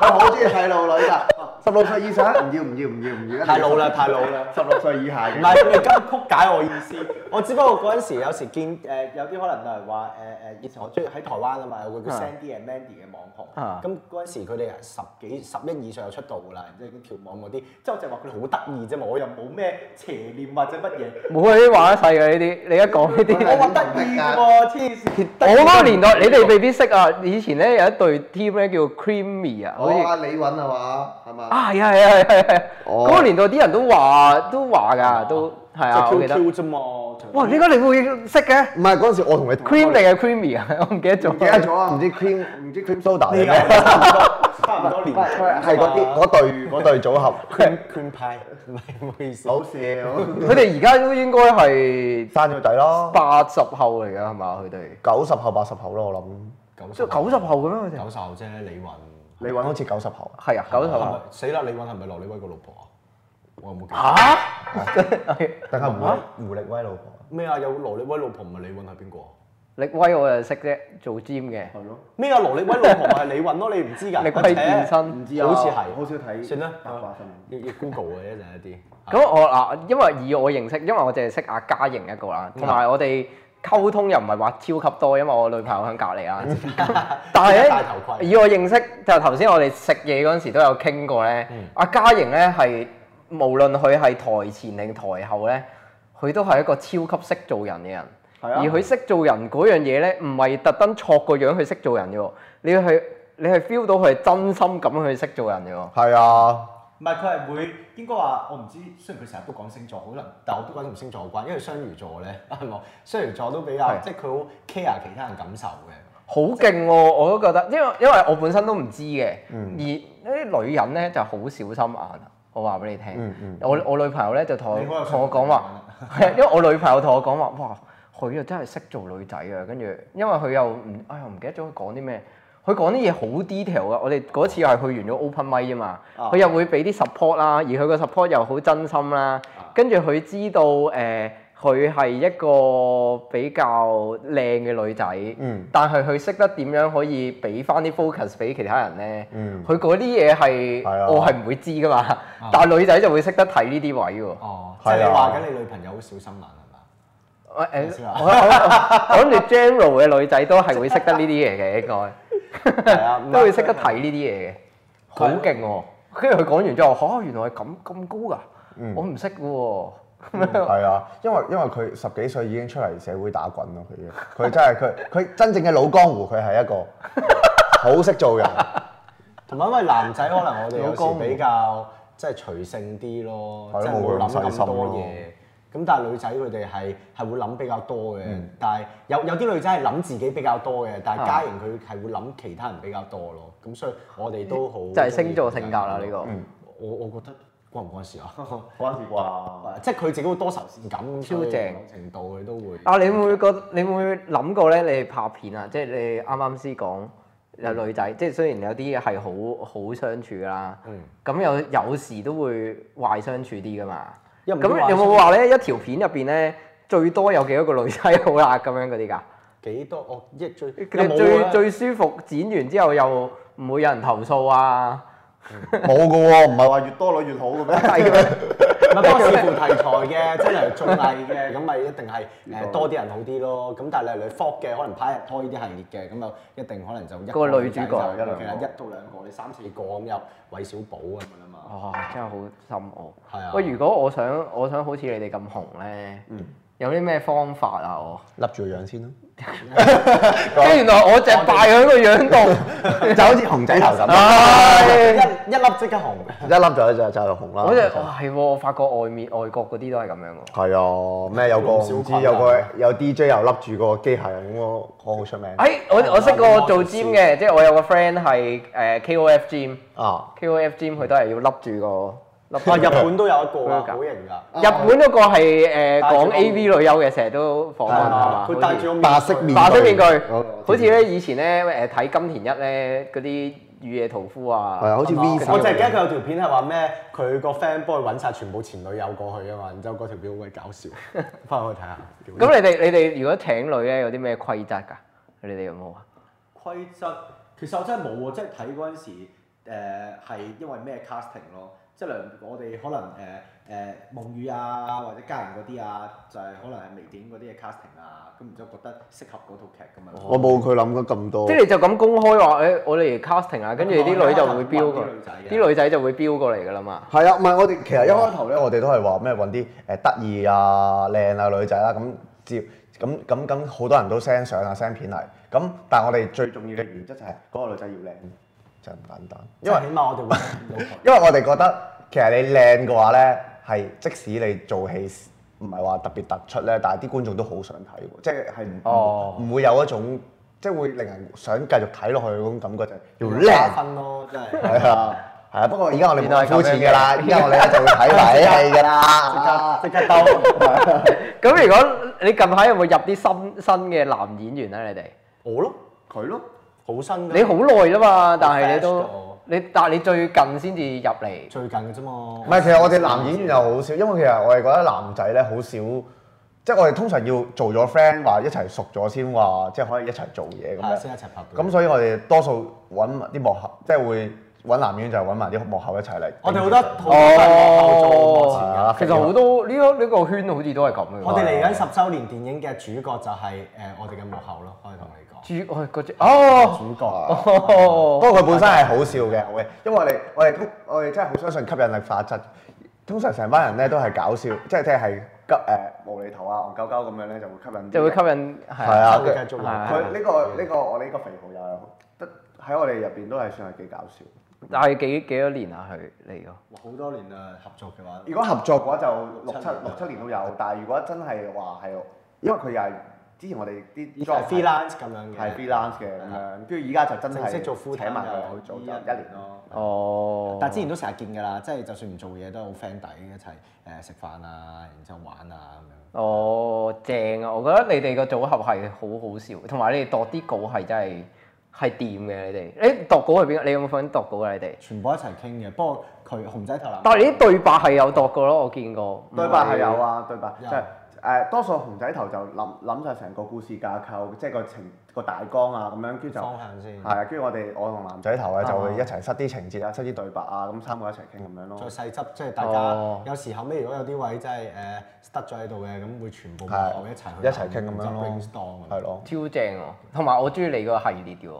Speaker 3: 佢好中意睇老女噶，十六歲以上唔要唔要唔要唔要。
Speaker 2: 太老啦，太老啦。
Speaker 3: 十六歲以下嘅
Speaker 2: 唔。係，你今曲解我意思。我只不過嗰陣時有時見誒、有啲可能例如話誒誒，以前我中意喺台灣啊嘛，有個叫
Speaker 1: 啊
Speaker 2: Sandy and Mandy 嘅網
Speaker 1: 啊
Speaker 2: 紅。咁嗰陣時佢哋係十幾十一二歲就出道㗎啦，即係啲跳網嗰啲。即係我就話佢哋好得意啫嘛，我又冇咩邪念或者乜嘢。
Speaker 1: 冇嗰啲玩得細嘅呢啲，你一 講呢
Speaker 2: 我話
Speaker 1: 啲，
Speaker 2: 得意喎，黐線。
Speaker 1: 我嗰個年代你哋未必識啊。以前咧有一隊 team 咧叫 Creamy 啊，好似
Speaker 3: 我阿李允係嘛？係嘛？
Speaker 1: 啊係啊係啊係啊係啊，
Speaker 3: 哦
Speaker 1: 嗰個年代啲人都話都話㗎，都係啊，我記得。
Speaker 2: 就 QQ 啫嘛。就
Speaker 1: 哇！點解你會識嘅
Speaker 3: 唔係嗰陣時我同你
Speaker 1: Cream 定係 Creamy 啊？我唔記得咗。
Speaker 3: 唔記得咗啊！唔知 cream 唔知 cream soda 定咩？
Speaker 4: 差唔多年。
Speaker 3: 係嗰
Speaker 2: 啊
Speaker 3: 啲嗰對嗰對組合，
Speaker 2: 拳拳派，唔係唔好意思。
Speaker 3: 好笑，
Speaker 1: 佢哋而家都應該係
Speaker 3: 生咗仔咯，
Speaker 1: 八十後嚟㗎係嘛？佢哋
Speaker 3: 九十後八十後咯，我諗。
Speaker 2: 九
Speaker 1: 即係九十後咁樣佢哋
Speaker 2: 九十後啫，李雲。
Speaker 3: 你揾好似九十後，
Speaker 1: 係啊，九十後
Speaker 2: 係咪死啦！李雲係咪羅李威個老婆啊？我有冇記
Speaker 1: 啊
Speaker 2: 錯？
Speaker 1: 嚇
Speaker 3: 定係胡胡力威老婆？
Speaker 2: 咩啊？有羅力威老婆唔係李允係邊個啊？
Speaker 1: 力威我就識啫，做 gym 嘅。
Speaker 4: 係咯，
Speaker 2: 咩啊？羅力威老婆咪係李允咯？你唔知㗎？
Speaker 1: 力威健身
Speaker 4: 唔知啊，
Speaker 2: 好似係
Speaker 4: 好少睇。啊
Speaker 2: 算啦
Speaker 4: 八卦新聞。
Speaker 2: 要要 Google 嘅一陣一啲。
Speaker 1: 咁我嗱，因為以我認識，因為我淨係識阿嘉瑩一個啦，
Speaker 2: 嗯
Speaker 1: 同埋我哋溝通又唔係話超級多，因為我女朋友喺隔離啦。 但係
Speaker 2: 嗯戴
Speaker 1: 咧，
Speaker 2: 頭盔
Speaker 1: 以我認識，就頭先我哋食嘢嗰陣時都有傾過咧。
Speaker 2: 嗯
Speaker 1: 阿嘉瑩咧係無論佢係台前定台後咧，佢都係一個超級識做人嘅人。
Speaker 4: 係啊
Speaker 1: 而佢識做人嗰樣嘢咧，唔係特登錯個樣去識做人嘅喎，你要係你係 feel 到佢係真心咁去識做人嘅喎。
Speaker 3: 係啊，
Speaker 4: 唔係佢係會應該話，我唔知。雖然佢成日都講星座，可能
Speaker 2: 但我都覺得同星座有關，因為雙魚座咧， 係咪？雙魚座都比較
Speaker 1: 係
Speaker 2: 即係佢好 care 其他人感受嘅。
Speaker 1: 好勁喎！我都覺得，因為因為我本身都唔知嘅，
Speaker 3: 嗯
Speaker 1: 而呢啲女人咧就好小心眼啊！我話俾你聽，
Speaker 3: 嗯嗯
Speaker 1: 我我女朋友咧就同
Speaker 4: 你好有
Speaker 1: 我
Speaker 4: 信
Speaker 1: 同我講話，係因為我女朋友同我講話，哇！佢又真係識做女仔啊！跟住因為佢又唔，哎呀唔記得咗佢講啲咩，佢講啲嘢好 detail 啊噶。我哋嗰次係去完咗 open mic 啫嘛，
Speaker 4: 啊
Speaker 1: 佢又會俾啲 support 啦，而佢個 support 又好真心啦。
Speaker 3: 啊
Speaker 1: 跟住佢知道誒，呃佢、係一個比較靚嘅女仔。
Speaker 3: 嗯
Speaker 1: 但係佢識得點樣可以俾翻啲 focus 俾其他人咧？
Speaker 3: 嗯，
Speaker 1: 佢嗰啲嘢係
Speaker 3: 係啊
Speaker 1: 我係唔會知噶嘛，但係女仔就會識得睇呢啲位喎。
Speaker 2: 哦，即
Speaker 3: 係
Speaker 2: 係
Speaker 3: 啊
Speaker 2: 你話緊你女朋友好小心眼係嘛？
Speaker 1: 我誒
Speaker 2: 先
Speaker 1: 我
Speaker 2: 啊
Speaker 1: 我我諗住 general 嘅女仔都係會識得呢啲嘢嘅，應 該
Speaker 2: 係啊，唔係
Speaker 1: 都會識得睇呢啲嘢嘅，好勁喎！跟住佢講完之後，嚇、原來係咁咁高㗎，我唔識嘅喎。
Speaker 3: 係啊，因為因為佢十幾歲已經出嚟社會打滾咯，佢已經佢真係佢佢真正嘅老江湖，佢係一個好識做人，
Speaker 2: 同埋因為男仔可能我哋
Speaker 1: 老公
Speaker 2: 有時比較即係隨性啲咯，
Speaker 3: 係咯
Speaker 2: 即係
Speaker 3: 冇
Speaker 2: 冇
Speaker 3: 咁
Speaker 2: 諗
Speaker 3: 細心
Speaker 2: 咁多
Speaker 3: 咯
Speaker 2: 嘢。咁但係女仔佢哋係係會諗比較多嘅，
Speaker 1: 嗯
Speaker 2: 但係有有啲女仔係諗自己比較多嘅，
Speaker 1: 啊
Speaker 2: 但係家人佢係會諗其他人比較多咯。咁所以我哋都好
Speaker 1: 嗯就係星座性格啦呢個
Speaker 2: 我我覺得關唔關事啊？
Speaker 3: 關事啩？
Speaker 2: 即係佢自己好多愁善感，咁所以
Speaker 1: 超正
Speaker 2: 某程度佢都會。
Speaker 1: 啊！你會唔會覺你會唔會諗過咧？你哋拍片啊，即係你啱啱先講有女仔，即係雖然有啲係好好相處㗎啦，
Speaker 2: 嗯
Speaker 1: 咁、有有時都會壞相處啲㗎嘛。
Speaker 2: 又唔會
Speaker 1: 咁
Speaker 2: 壞
Speaker 1: 有
Speaker 2: 相
Speaker 1: 冇話咧？一條片入邊咧，最多有幾多個女仔好啦咁樣嗰啲㗎？
Speaker 2: 幾多？我一最
Speaker 1: 你
Speaker 2: 啊
Speaker 1: 最最舒服剪完之後又唔會有人投訴啊？
Speaker 3: 冇噶喎，唔係話越多女越好嘅咩？
Speaker 1: 係嘅
Speaker 2: 唔係不過視乎題材嘅， 即係例如綜藝嘅，咁咪一定係誒多啲人好啲咯。咁但係例如你 f o 嘅，可能拍日拖呢啲系列嘅，咁就一定可能就一
Speaker 1: 個女主角
Speaker 2: 一
Speaker 3: 一兩個
Speaker 2: 兩一到兩個，你三四個咁有韋小寶咁樣啦嘛。
Speaker 1: 哦，真係好深奧。
Speaker 2: 係啊
Speaker 1: 喂，如果我想我想好似你哋咁紅咧，有啲咩方法啊？我
Speaker 3: 笠住個樣先咯，
Speaker 1: 即係原來我隻敗喺個樣 度，
Speaker 3: 就好似熊仔頭咁，
Speaker 1: 唉，
Speaker 2: 一一粒即刻紅，
Speaker 3: 一笠咗就就紅啦。
Speaker 1: 我隻哇係喎，我發覺外面外國嗰啲都係咁樣喎。
Speaker 3: 係啊，咩有個
Speaker 2: 用小
Speaker 3: 唔知
Speaker 2: 菌啊
Speaker 3: 有個有 DJ 又笠住個機械人咁咯，好好出名
Speaker 1: 誒，哎
Speaker 2: 啊
Speaker 1: 我我識個做 gym 嘅，即係我有個 friend 係誒 KOF gym，KOF
Speaker 3: 啊！
Speaker 1: gym 佢都係要笠住個笠住
Speaker 2: 啊
Speaker 1: 個。
Speaker 2: 日本都有一個啊，
Speaker 1: 佢㗎
Speaker 2: 好型㗎。
Speaker 1: 日本嗰個係誒
Speaker 2: 啊戴住
Speaker 1: 講
Speaker 2: 個
Speaker 1: AV 女優嘅，成日都訪問係嘛？
Speaker 2: 啊佢戴住個面具
Speaker 3: 白色面
Speaker 1: 啊白色面具
Speaker 3: 我，
Speaker 1: 好似咧以前咧誒睇金田一咧嗰啲雨夜屠夫啊，
Speaker 3: 係啊好似 V
Speaker 2: 我就係記得佢有條片係話咩，佢個 friend 幫佢揾晒全部前女友過去啊嘛，然之後嗰條片好鬼搞笑，翻去睇下。
Speaker 1: 咁你哋你哋如果請女咧有啲咩規則㗎？你哋有冇啊？
Speaker 4: 規則其實我真係冇喎，即係睇嗰陣時誒係、因為咩 casting 咯，即係例如我哋可能誒誒、呃夢雨啊或者家人嗰啲啊，就係、可能係微電嗰啲嘅 casting 啊，咁然之後覺得適合嗰套劇咁樣。
Speaker 3: 我冇佢諗得咁多
Speaker 1: 即。係你就咁公開話誒，我哋 casting 啊，跟住啲女就會標過
Speaker 4: 啲女仔，嘅
Speaker 1: 啲女仔就會標過嚟㗎啦嘛。
Speaker 3: 係啊，唔係我哋其實一開頭咧，我哋都係話咩揾啲誒得意啊、靚啊女仔啦，咁照咁咁咁好多人都 send 相啊、send 片嚟，咁但係我哋最重要嘅原則就係嗰個女仔要靚，就咁簡單。因
Speaker 2: 因
Speaker 3: 為
Speaker 2: 為起碼我哋會見到佢。
Speaker 3: 因為我哋覺得其實你靚嘅話咧，係即使你做戲唔係話特別突出咧，但係啲觀眾都好想睇喎，即係係唔唔
Speaker 1: 哦
Speaker 3: 唔會有一種即係會令人想繼續睇落去嗰種感覺就係要
Speaker 2: 加
Speaker 3: 靚。
Speaker 2: 分咯，真係。
Speaker 3: 係啊，係啊，不過而家我哋
Speaker 1: 原來係
Speaker 3: 冇膚
Speaker 1: 咁
Speaker 3: 淺
Speaker 1: 樣
Speaker 3: 㗎啦，而家我哋咧就會睇埋戲㗎啦。
Speaker 2: 即刻即刻兜
Speaker 1: 咁如果你近排有冇入啲新新嘅男演員啊咧？你哋
Speaker 2: 我咯，
Speaker 4: 佢咯，
Speaker 2: 好新㗎
Speaker 1: 你好耐啦嘛，但係你
Speaker 2: fresh 㗎
Speaker 1: 都
Speaker 2: 我
Speaker 1: 你但係你最近先至入嚟，
Speaker 2: 最近嘅啫嘛
Speaker 3: 唔。係，其實我哋男演員又好少，因為其實我哋覺得男仔咧好少，即係我哋通常要做咗 friend 話一齊熟咗先話，即係可以一齊做嘢咁
Speaker 2: 係
Speaker 3: 樣。
Speaker 2: 先一齊拍嘅。
Speaker 3: 咁所以我哋多數揾啲幕後，即係會揾男演員就係揾埋啲幕後一齊嚟。
Speaker 2: 我哋好多好多都係幕後做幕前㗎
Speaker 1: 哦，其實好多呢個呢個圈好似都係咁嘅。
Speaker 2: 我哋嚟緊十週年電影嘅主角就係誒我哋嘅幕後咯，可以同你講。
Speaker 1: 主哦嗰隻哦
Speaker 2: 主角啊，
Speaker 1: 哦
Speaker 3: 不過佢本身係好笑嘅，好嘅，因為我哋我哋通我哋真係好相信吸引力法則。通常成班人咧都係搞笑，即係即係係急誒無厘頭啊、戇鳩鳩咁樣咧就會吸引啲人。
Speaker 1: 就會吸引係
Speaker 3: 係啊，
Speaker 2: 就會
Speaker 3: 佢
Speaker 2: 繼續
Speaker 1: 係
Speaker 3: 佢呢個呢個我哋呢個肥豪又係好得喺我哋入邊都係算係幾搞笑。
Speaker 1: 但係幾幾多年啊？佢嚟個
Speaker 4: 哇好多年啦，合作嘅話，
Speaker 3: 如果合作嘅話就六七六七年都有，但係如果真係話係，因為佢又係之前我哋啲
Speaker 2: 以前係 freelance 咁樣
Speaker 3: 係
Speaker 2: 嘅，
Speaker 3: freelance 嘅咁樣，跟住而家就真係
Speaker 2: 正式做 full
Speaker 3: 請埋
Speaker 2: time
Speaker 3: 佢
Speaker 2: 又
Speaker 3: 去做就
Speaker 4: 依
Speaker 3: 一年咯。
Speaker 4: 咯。
Speaker 1: 哦，
Speaker 2: 但之前都成日見㗎啦，即係就算唔做嘢都好 friend 底一齊誒食飯啊，然之後玩啊咁樣。
Speaker 1: 哦正啊！我覺得你哋個組合係好好笑，同埋你哋度啲稿係真係係掂嘅。你哋你度稿係邊個？你有冇份度稿啊？你哋？
Speaker 2: 全部一齊傾嘅，不過佢熊仔頭男
Speaker 1: 但係你啲對白係有度過咯，我見過。
Speaker 3: 對白係有啊，對白即
Speaker 2: 有
Speaker 3: 係誒多數熊仔頭就諗諗晒成個故事架構，即係個情個大綱啊咁樣，跟住就
Speaker 2: 方
Speaker 3: 係
Speaker 2: 向先，
Speaker 3: 啊，跟住我哋我同男仔頭咧就會
Speaker 1: 啊
Speaker 3: 一齊塞啲情節啊，塞啲對白啊，咁三個一齊傾咁樣咯
Speaker 2: 再。細執，即係大
Speaker 1: 哦
Speaker 2: 家有時後尾如果有啲位真係誒 stuck 咗喺度嘅，咁會全部幕
Speaker 3: 係
Speaker 2: 後一齊去
Speaker 3: 一齊傾咁樣
Speaker 2: b
Speaker 3: 咯
Speaker 2: r a i n s t o r
Speaker 3: 係咯，
Speaker 1: 超正喎，同埋我中意你個系列嘅喎，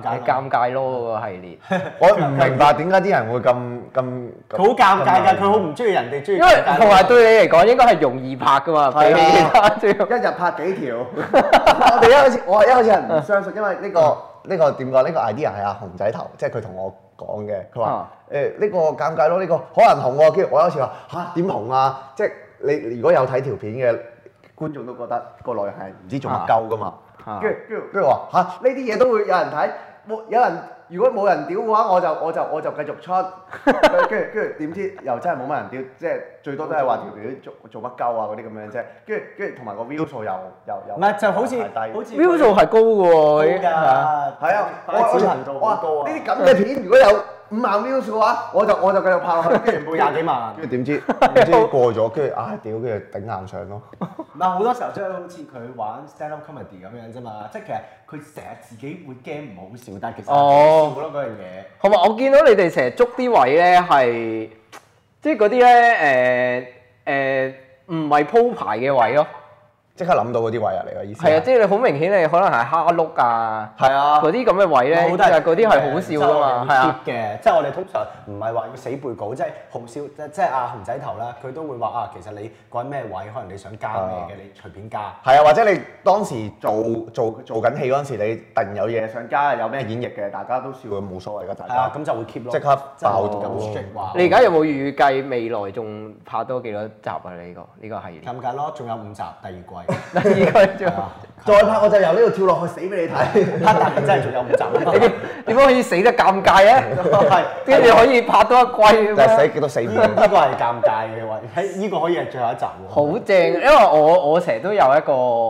Speaker 1: 係
Speaker 2: 尬咯，
Speaker 1: 尷尬咯嗰個系列，
Speaker 3: 我唔明白點解啲人會咁咁
Speaker 2: 佢
Speaker 3: 咁啊
Speaker 2: 好尷尬㗎，佢好唔中意人哋中意
Speaker 1: 因為
Speaker 2: 尷尬。
Speaker 1: 同埋對你嚟講應該係容易拍噶嘛，比
Speaker 3: 係啊
Speaker 1: 起其 他主
Speaker 3: 一日拍幾條？ 我哋一開始，我一開始係唔相信，因為呢、個呢、個點講？呢、個 idea 係阿熊仔頭，即係佢同我講嘅。佢話
Speaker 1: 啊
Speaker 3: 誒呢個尷尬咯，呢、個可能紅喎。跟住我有時話吓點紅啊？即係你你如果有睇條片嘅觀眾都覺得個內容係唔知做乜鳩噶嘛。
Speaker 1: 啊
Speaker 3: 跟住跟住跟住話吓呢啲嘢都會有人睇，冇有人如果冇人屌嘅話，我就我就我就繼續出。跟住跟住點知又真係冇乜人屌，即係最多都係話條片做做乜鳩啊嗰啲咁樣啫。跟住跟住同埋個 view 數又又又
Speaker 2: 唔係就好似
Speaker 3: 太低
Speaker 2: 好似
Speaker 1: view 數係高
Speaker 2: 高
Speaker 1: 嘅喎，
Speaker 2: 㗎，
Speaker 3: 係啊，我
Speaker 2: 發展
Speaker 3: 我
Speaker 2: 頻道
Speaker 3: 我
Speaker 2: 好高
Speaker 3: 話
Speaker 2: 啊
Speaker 3: 呢啲，咁嘅片如果有五萬 view 數嘅話，我就我就繼續拍落 去，跟住
Speaker 2: 會廿幾萬。啊
Speaker 3: 跟住點 知點知過咗，跟住唉屌，跟住頂硬上咯。
Speaker 4: 唔係好多時候即係好似佢玩 stand up comedy 咁樣啫嘛，即係其實佢成日自己會驚唔好笑，但係其實
Speaker 1: 哦
Speaker 4: 好笑咯嗰樣嘢。
Speaker 1: 同埋我見到你哋成日捉啲位咧係，即係嗰啲咧誒誒唔係鋪排嘅位咯，
Speaker 3: 即刻諗到嗰啲位入嚟嘅意思
Speaker 1: 係啊，即係你好明顯你可能係蝦碌啊
Speaker 2: 係啊
Speaker 1: 嗰啲咁嘅位咧，
Speaker 2: 好
Speaker 1: 就
Speaker 2: 多人
Speaker 1: 係嗰啲係好笑噶嘛，係啊，
Speaker 2: 即係我哋會 keep 嘅，即係我哋通常唔係話要死背稿，即係好笑，即即係阿熊仔頭啦，佢都會話啊，其實你改咩位，可能你想加咩
Speaker 3: 係啊
Speaker 2: 嘅，你隨便加。
Speaker 3: 係啊，或者你當時做做做緊戲嗰陣時，你突然有嘢想加，有咩演繹嘅，大家都笑，冇所謂㗎，大
Speaker 2: 係啊，
Speaker 3: 家
Speaker 2: 咁就會 keep 咯，
Speaker 3: 即刻爆
Speaker 2: 即係
Speaker 3: 到
Speaker 2: 咁 strict 話。
Speaker 1: 你而家有冇預計未來仲拍多幾多集啊？你呢個呢個系列？
Speaker 2: 尷尬咯，仲有五集 第二季，
Speaker 1: 第二個仲
Speaker 2: 係啊
Speaker 3: 再拍我就由呢度跳落去死俾你睇。
Speaker 2: 但係真係仲有五
Speaker 1: 你
Speaker 2: 集。
Speaker 1: 點 點樣可以死得尷尬咧？
Speaker 2: 係，
Speaker 1: 跟住可以拍多一季咁
Speaker 3: 就係
Speaker 1: 樣
Speaker 3: 死極都 死
Speaker 2: 呢
Speaker 3: 唔到。
Speaker 2: 呢個係尷尬嘅位，喺呢個可以係最後一集喎。
Speaker 1: 好正，因為我我成日都有一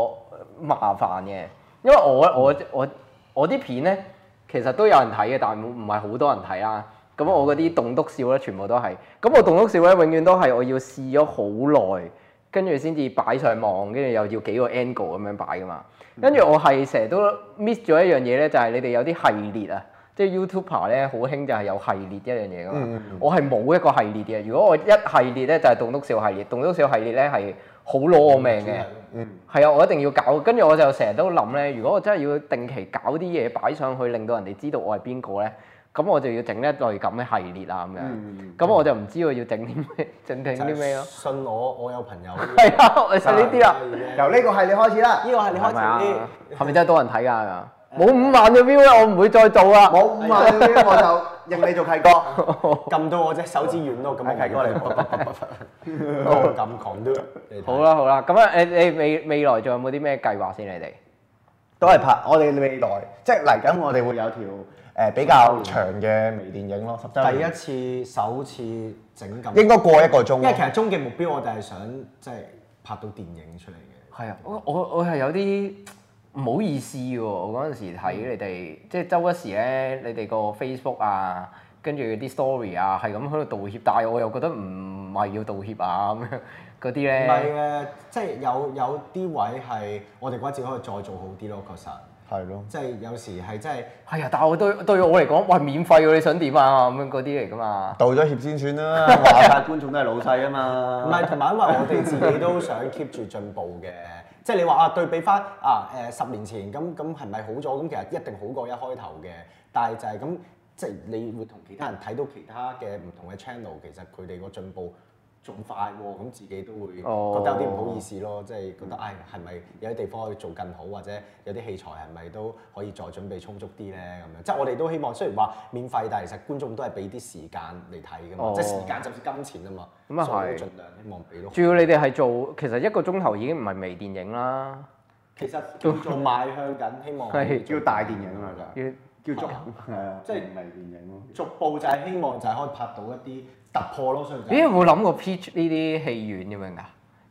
Speaker 1: 個麻煩嘅，因為我我我我啲片咧其實都有人睇嘅，但係唔係好多人睇啦。咁我嗰啲棟篤笑咧，全部都係。咁我棟篤笑咧，永遠都係我要試咗好耐，跟住先至擺上網，跟住又要幾個 angle 咁樣擺噶嘛。跟住我係成日都 miss 咗一樣嘢咧，就係、你哋有啲系列啊，即係 YouTuber 咧好興就係有系列一樣嘢噶嘛。
Speaker 3: 嗯嗯嗯
Speaker 1: 我係冇一個系列嘅。如果我一系列咧就係棟篤笑系列，棟篤笑系列咧係好攞我命嘅。
Speaker 3: 嗯，
Speaker 1: 係啊，我一定要搞。跟住我就成日都諗咧，如果我真係要定期搞啲嘢擺上去，令到人哋知道我係邊個咧，咁我就要整一類咁嘅系列啊咁樣。
Speaker 3: 嗯
Speaker 1: 咁我就唔知我要整啲咩，整整
Speaker 2: 就係
Speaker 1: 啲咩咯。啊
Speaker 2: 信我，我有朋友。啊
Speaker 1: 係啊，我就呢啲啦。
Speaker 3: 由呢個系列開始啦，
Speaker 2: 呢個係你開
Speaker 1: 係
Speaker 2: 始
Speaker 1: 咪啊
Speaker 2: 呢？
Speaker 1: 係咪真係多人睇㗎？係咪啊冇五萬嘅 view 咧，我唔會再做啊啦。
Speaker 3: 冇五萬 view 啊我就認你做契哥。
Speaker 2: 撳到我隻手指軟咯，咁我
Speaker 3: 係
Speaker 2: 係
Speaker 3: 過
Speaker 2: 過
Speaker 3: 嚟
Speaker 2: 嚟，我咁講都
Speaker 1: 好啦好啦，咁啊誒你未未來仲有冇啲咩計劃先？你哋
Speaker 3: 都係拍我哋未來，即係嚟緊我哋會有條誒比較長嘅微電影咯，十週年
Speaker 2: 第一次首次整咁，
Speaker 3: 應該過一個鐘
Speaker 2: 因為其
Speaker 3: 咯。
Speaker 2: 實終極目標我哋係想即係拍到電影出嚟嘅。
Speaker 1: 係啊，我我我係有啲唔好意思喎，我嗰陣時睇你哋，即係周一時咧，你哋個 Facebook 啊，跟住啲 story 啊，係咁喺度道歉，但係我又覺得唔係要道歉啊咁樣嗰啲
Speaker 2: 唔
Speaker 1: 咧，
Speaker 2: 係嘅，即係有有啲位係我哋覺得自己可以再做好啲咯，確實。
Speaker 3: 係咯，
Speaker 2: 即係有時係真係
Speaker 1: 係啊，但係我對對我嚟講，喂免費喎，你想點啊咁樣嗰啲嚟噶嘛，
Speaker 3: 道咗歉 先算啦。
Speaker 4: 話晒觀眾都係老細啊嘛。
Speaker 2: 唔係，同埋因為我哋自己都想 keep 住進步嘅， 即係你話啊對比翻啊誒、十年前咁咁係咪好咗？咁其實一定好過一開頭嘅，但係就係咁，即係你會同其他人睇到其他嘅唔同嘅 channel，其實佢哋個進步仲快喎，咁自己都會覺得
Speaker 1: 哦
Speaker 2: 有啲唔好意思咯，即係覺得唉係咪有啲地方可以做更好，或者有啲器材係咪都可以再準備充足啲咧咁樣？即係我哋都希望，雖然話免費，但係其實觀眾都係俾啲時間嚟睇㗎嘛，
Speaker 1: 哦
Speaker 2: 即係時間就是金錢啊嘛。
Speaker 1: 咁啊
Speaker 2: 所以
Speaker 1: 係
Speaker 2: 都盡量希望俾到。
Speaker 1: 主要你哋係做其實一個鐘頭已經唔係微電影啦，
Speaker 2: 其實叫做邁向緊，希望
Speaker 1: 係
Speaker 2: 叫
Speaker 4: 叫大電影啊嘛，
Speaker 1: 要
Speaker 4: 就叫做
Speaker 2: 做
Speaker 4: 係啊，即係唔係電影咯。
Speaker 2: 逐步就係希望就係可以拍到一啲突破咯，所以就
Speaker 1: 咦有冇諗過 pitch 呢啲戲院咁樣㗎？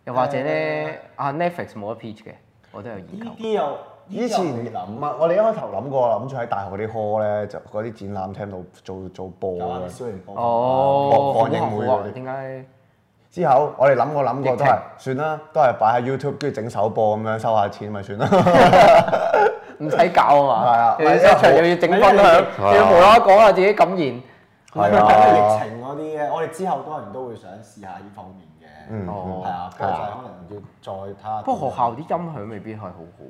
Speaker 1: 又或者咧，啊 Netflix 冇得 pitch 嘅，我都有研究
Speaker 2: 呢。啲又
Speaker 3: 以前
Speaker 2: 呢啲又
Speaker 3: 諗啊，我哋一開頭諗過，諗住喺大學嗰啲 hall 咧，就嗰啲展覽廳度做做播
Speaker 2: 有啱
Speaker 3: 嘅。
Speaker 2: 小型波，
Speaker 1: 哦，
Speaker 3: 放放映會
Speaker 1: 好啊
Speaker 3: 嗰啲
Speaker 1: 點解？
Speaker 3: 之後我哋諗過諗過都係
Speaker 1: 疫
Speaker 3: 算啦，都係擺喺 YouTube 跟住整首播咁樣收下錢咪算啦。
Speaker 1: 唔使搞
Speaker 3: 係
Speaker 1: 啊嘛
Speaker 3: 啊，
Speaker 1: 又要
Speaker 3: 咪
Speaker 1: 一
Speaker 3: 因為
Speaker 1: 場
Speaker 3: 好
Speaker 1: 又要整分
Speaker 2: 咪因為
Speaker 1: 享，又
Speaker 2: 你
Speaker 1: 要無啦啦講下自己感言。
Speaker 2: 唔係
Speaker 3: 係啊
Speaker 2: 因為疫情嗰啲咧，我哋之後多人都會想試下呢方面嘅，係
Speaker 1: 哦，
Speaker 2: 啊，不過就係可能要再睇下。
Speaker 1: 不過學校啲音響未必係好好。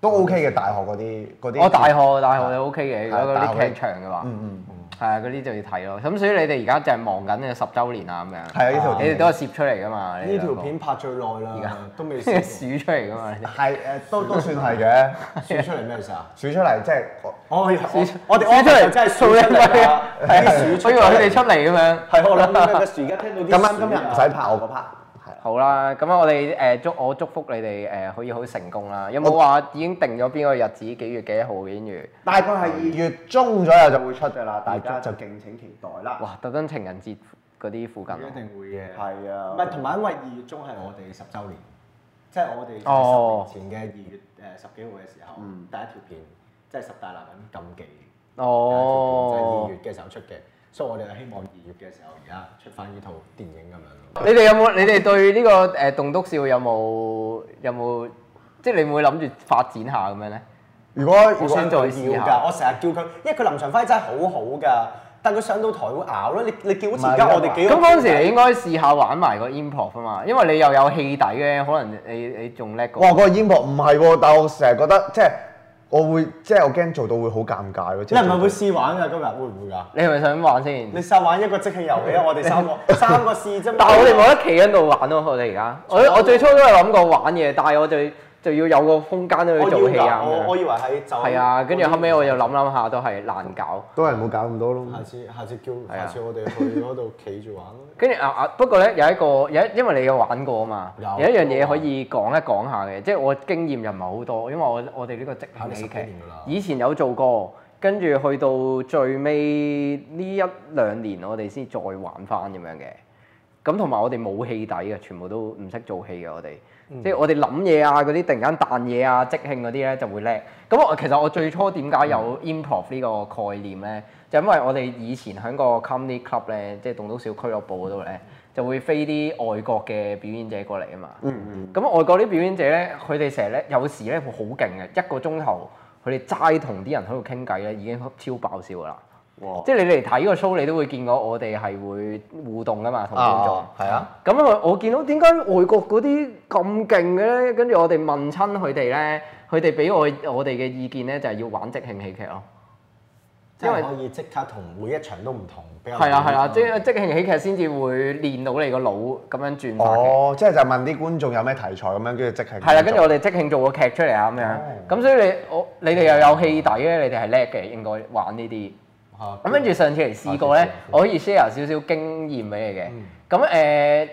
Speaker 3: 都 OK 嘅，大學嗰啲嗰啲。
Speaker 1: 我大學大學就 OK 嘅，如果嗰
Speaker 3: 大
Speaker 1: 啲
Speaker 3: 學
Speaker 1: 劇場嘅話，
Speaker 3: 嗯嗯，
Speaker 1: 係啊，嗰啲就要睇咯。咁所以你哋而家就係忙緊嘅十週年啊咁樣。
Speaker 3: 係啊，呢條
Speaker 1: 你哋都係攝出嚟噶嘛？
Speaker 2: 呢條片拍最耐啦，都 未
Speaker 1: 先
Speaker 2: 試
Speaker 1: 鼠出嚟噶嘛？你哋
Speaker 3: 係誒，都都算係嘅。
Speaker 2: 過算出嚟咩事啊？
Speaker 3: 選出嚟即係我
Speaker 2: 我
Speaker 1: 我
Speaker 2: 我我
Speaker 1: 哋
Speaker 2: 哋
Speaker 1: 我
Speaker 2: 我
Speaker 1: 哋
Speaker 2: 哋
Speaker 1: 真
Speaker 2: 真
Speaker 1: 係
Speaker 2: 係
Speaker 1: 數啊
Speaker 2: 數
Speaker 1: 出
Speaker 2: 出
Speaker 1: 嚟
Speaker 2: 嚟
Speaker 1: 啦
Speaker 2: 啦， 啲鼠
Speaker 1: 我以為佢哋出嚟咁樣。
Speaker 2: 係我諗緊嘅樹，而家聽到啲
Speaker 3: 今晚今
Speaker 2: 鼠
Speaker 3: 日
Speaker 2: 啊
Speaker 3: 唔使拍我嗰 part，係
Speaker 1: 好啦，咁啊我哋誒祝我祝福你哋誒可以好成功啦。有冇話已經定咗邊個日子幾月幾號嘅？跟住
Speaker 3: 大概係二月中左右就會出㗎啦，大家就敬請期待啦。
Speaker 1: 哇，特登情人節嗰啲附 近啊
Speaker 2: 一定會嘅。
Speaker 3: 係啊
Speaker 2: 唔，係，同埋因為二月中係我哋十週年，即係我哋
Speaker 1: 哦
Speaker 2: 就係十年前嘅二月誒十幾號嘅時候，
Speaker 3: 嗯
Speaker 2: 第一條片即係十大男人禁忌，
Speaker 1: 哦
Speaker 2: 第一條片就係二月嘅時候出嘅，所以我哋係希望二月嘅時候而家出翻呢套電影咁樣咯。
Speaker 1: 你哋有冇？你哋對呢、個誒棟篤笑有冇有冇？即係你會唔會諗住發展下咁樣咧？
Speaker 3: 如果如
Speaker 1: 我
Speaker 3: 果
Speaker 1: 想再
Speaker 2: 要
Speaker 1: 試下
Speaker 2: 㗎，我成日叫佢，因為佢臨場發揮真係好好㗎，但佢上到台會咬咯。你你叫好似而家
Speaker 3: 唔係
Speaker 2: 我哋幾
Speaker 1: 咁
Speaker 2: 個
Speaker 1: 嗰陣時你應該試下玩埋個 improv 啊嘛，因為你又有戲底嘅，可能你你仲叻過
Speaker 3: 哇，。個煙幕唔係喎，但我成日覺得即係我會即係我驚做到會好尷尬咯。即
Speaker 2: 你係咪
Speaker 3: 做到
Speaker 2: 會試玩㗎？今日會唔會㗎？
Speaker 1: 你係咪想玩先？
Speaker 2: 你試玩一個即興遊戲啊！我哋 三個三個試啫
Speaker 1: 嗯
Speaker 2: 嘛。
Speaker 1: 但係我哋冇得企喺度玩咯，我哋而家。我我最初都係諗過玩嘅，但係我就就要有個空間去
Speaker 2: 我
Speaker 1: 做戲
Speaker 2: 要
Speaker 1: 啊
Speaker 2: 㗎，我我
Speaker 1: 咁樣。
Speaker 2: 以為係就
Speaker 1: 係啊，跟住後尾我又諗諗下都係難搞。
Speaker 3: 都係唔好搞咁多咯。
Speaker 2: 下次下次叫
Speaker 1: 係啊
Speaker 2: 下次我哋去嗰度企住玩咯。
Speaker 1: 跟住啊啊，不過咧有一個有一因為你有玩過啊嘛，有
Speaker 2: 有
Speaker 1: 一樣嘢可以講一講下嘅，即係我經驗又唔係好多，因為我我哋呢個即
Speaker 2: 嚇
Speaker 1: 興
Speaker 2: 你十
Speaker 1: 喜
Speaker 2: 幾
Speaker 1: 劇
Speaker 2: 年㗎啦
Speaker 1: 以前有做過，跟住去到最尾呢一兩年我哋先再玩翻咁樣嘅。咁同埋我哋冇戲底嘅，全部都唔識做戲嘅我哋，即係我哋諗嘢啊嗰啲，突然間彈嘢啊即興嗰啲咧就會叻。咁我其實我最初點解有 improv 呢個概念咧，就因為我哋以前喺個 comedy club 咧，即係棟篤笑俱樂部嗰度咧，就會飛啲外國嘅表演者過嚟啊嘛。咁外國啲表演者咧，佢哋成日咧有時咧會好勁嘅，一個鐘頭佢哋齋同啲人喺度傾偈咧，已經超爆笑噶啦。即係你嚟睇個 show，你都會見到我哋係會互動噶嘛，同觀眾
Speaker 3: 啊。，係啊。
Speaker 1: 咁我我見到點解外國嗰啲咁勁嘅咧？跟住我哋問親佢哋咧，佢哋俾我我哋嘅意見咧，就係要玩即興喜劇咯。
Speaker 2: 即
Speaker 1: 因為
Speaker 2: 係可以即刻同每一場都唔同，比較
Speaker 1: 係啊啦係啦，
Speaker 2: 唔同
Speaker 1: 即即興喜劇先至會練到你個腦咁樣轉化嘅。
Speaker 3: 哦，即係就問啲觀眾有咩題材咁樣，跟住即係
Speaker 1: 係啦，跟住我哋即興做個劇出嚟啊咁樣。咁所以你我你哋又有戲底咧，你哋係叻嘅，應該玩呢啲。
Speaker 2: 嚇
Speaker 1: 咁跟住上次嚟試過咧，我可以 share 少少經驗俾你嘅。咁誒、呃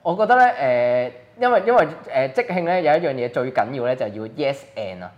Speaker 1: 我覺得咧誒、呃因為因為誒、呃即興咧有一樣嘢最緊要咧就係要 yes and 啊，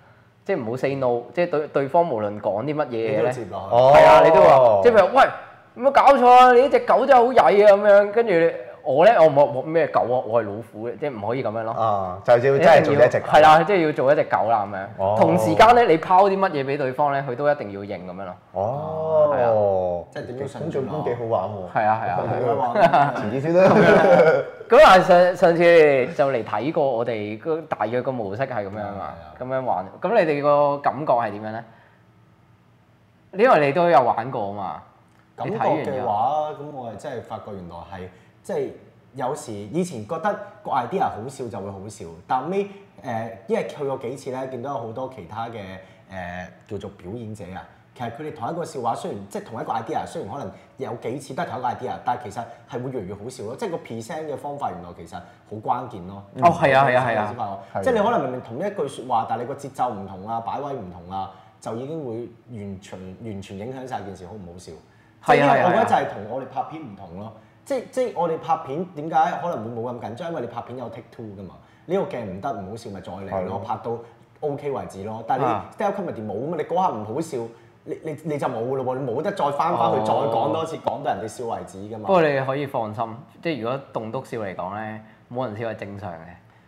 Speaker 1: 即係唔好 say no，即係對對方無論講啲乜嘢
Speaker 2: 你
Speaker 1: 嘢
Speaker 2: 都要
Speaker 1: 咧，
Speaker 2: 接落去。
Speaker 3: 哦
Speaker 1: 係啊，你都話，即係譬如喂，有冇搞錯啊？你呢只狗真係好曳啊咁樣，跟住你我咧，我冇冇咩狗啊，我係老虎嘅，即係唔可以咁樣咯。
Speaker 3: 啊，就要真係做一隻
Speaker 1: 係，啦，即係要做一隻狗啦咁樣。
Speaker 3: 哦
Speaker 1: 同時間咧，你拋啲乜嘢俾對方咧，佢都一定要認咁樣咯。係啊
Speaker 3: 哦，
Speaker 2: 即係點都順
Speaker 3: 咁
Speaker 2: 住
Speaker 3: 做
Speaker 2: 咯
Speaker 3: 都幾好玩喎，
Speaker 1: 係啊係啊。係啊
Speaker 3: 遲啲先啦咁樣。
Speaker 1: 咁但係上上次你哋就嚟睇過我哋嗰大約個模式係咁樣啊嘛，咁樣玩。咁你哋個感覺係點樣咧？因為你都有玩過啊嘛，
Speaker 2: 感
Speaker 1: 你
Speaker 2: 覺
Speaker 1: 睇完
Speaker 2: 嘅
Speaker 1: 之後，
Speaker 2: 話，咁我係真係發覺原來係即係有時以前覺得個 idea 好笑就會好笑，但尾誒、呃因為去過幾次咧，見到有好多其他嘅誒、呃叫做表演者啊。其實佢哋同一個笑話，雖然即係同一個 idea，雖然可能有幾次都係同一個 idea，但係其實係會越嚟越好笑咯。即係個 present 嘅方法原來其實好關鍵咯。
Speaker 1: 哦係啊係啊係啊
Speaker 2: 先發覺
Speaker 3: 係
Speaker 2: 即係你可能明明同一句説話，但係你個節奏唔同啊，擺位唔同啊，就已經會完全完全影響晒件事好唔好笑。
Speaker 1: 係啊
Speaker 2: 即係因為我覺
Speaker 1: 係啊
Speaker 2: 得就係同我哋拍片唔同咯。即係即係我哋拍片點解可能會冇咁緊張？因為你拍片有 take two 噶嘛。呢個鏡唔得唔好笑咪再
Speaker 3: 係
Speaker 2: 嚟
Speaker 3: 咯
Speaker 2: 咯，拍到 OK 為止咯。但係
Speaker 1: 啊
Speaker 2: 你 stand up comedy 冇啊嘛，你嗰下唔好笑，你你你就冇噶咯喎，你冇得再翻翻去再講多次，講到人哋笑為止噶
Speaker 1: 不
Speaker 2: 嘛。
Speaker 1: 過你可以放心，即係如果棟篤笑嚟講咧，冇人笑係正常嘅，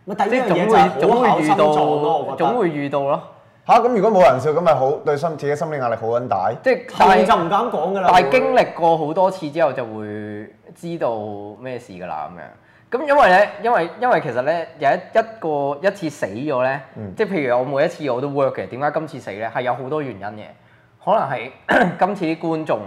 Speaker 2: 咪第
Speaker 1: 即
Speaker 2: 一
Speaker 1: 係
Speaker 2: 樣
Speaker 1: 總
Speaker 2: 嘢
Speaker 1: 會
Speaker 2: 就係
Speaker 1: 總
Speaker 2: 好考
Speaker 1: 會遇
Speaker 2: 心
Speaker 1: 到
Speaker 2: 臟咯，我覺得
Speaker 1: 總。會遇到咯。
Speaker 3: 嚇咁如果冇人笑咁咪好對心自己心理壓力好撚大。
Speaker 1: 即係
Speaker 2: 後
Speaker 1: 但
Speaker 2: 面就
Speaker 1: 係
Speaker 2: 唔敢講噶啦。
Speaker 1: 但係
Speaker 2: 會
Speaker 1: 經歷過好多次之後就會知道咩事㗎啦咁樣。咁因為咧，因為因為其實咧有一一個一次死咗咧，
Speaker 3: 嗯
Speaker 1: 即係譬如我每一次我都 work 嘅，點解今次死咧？係有好多原因嘅，可能係 今次啲觀眾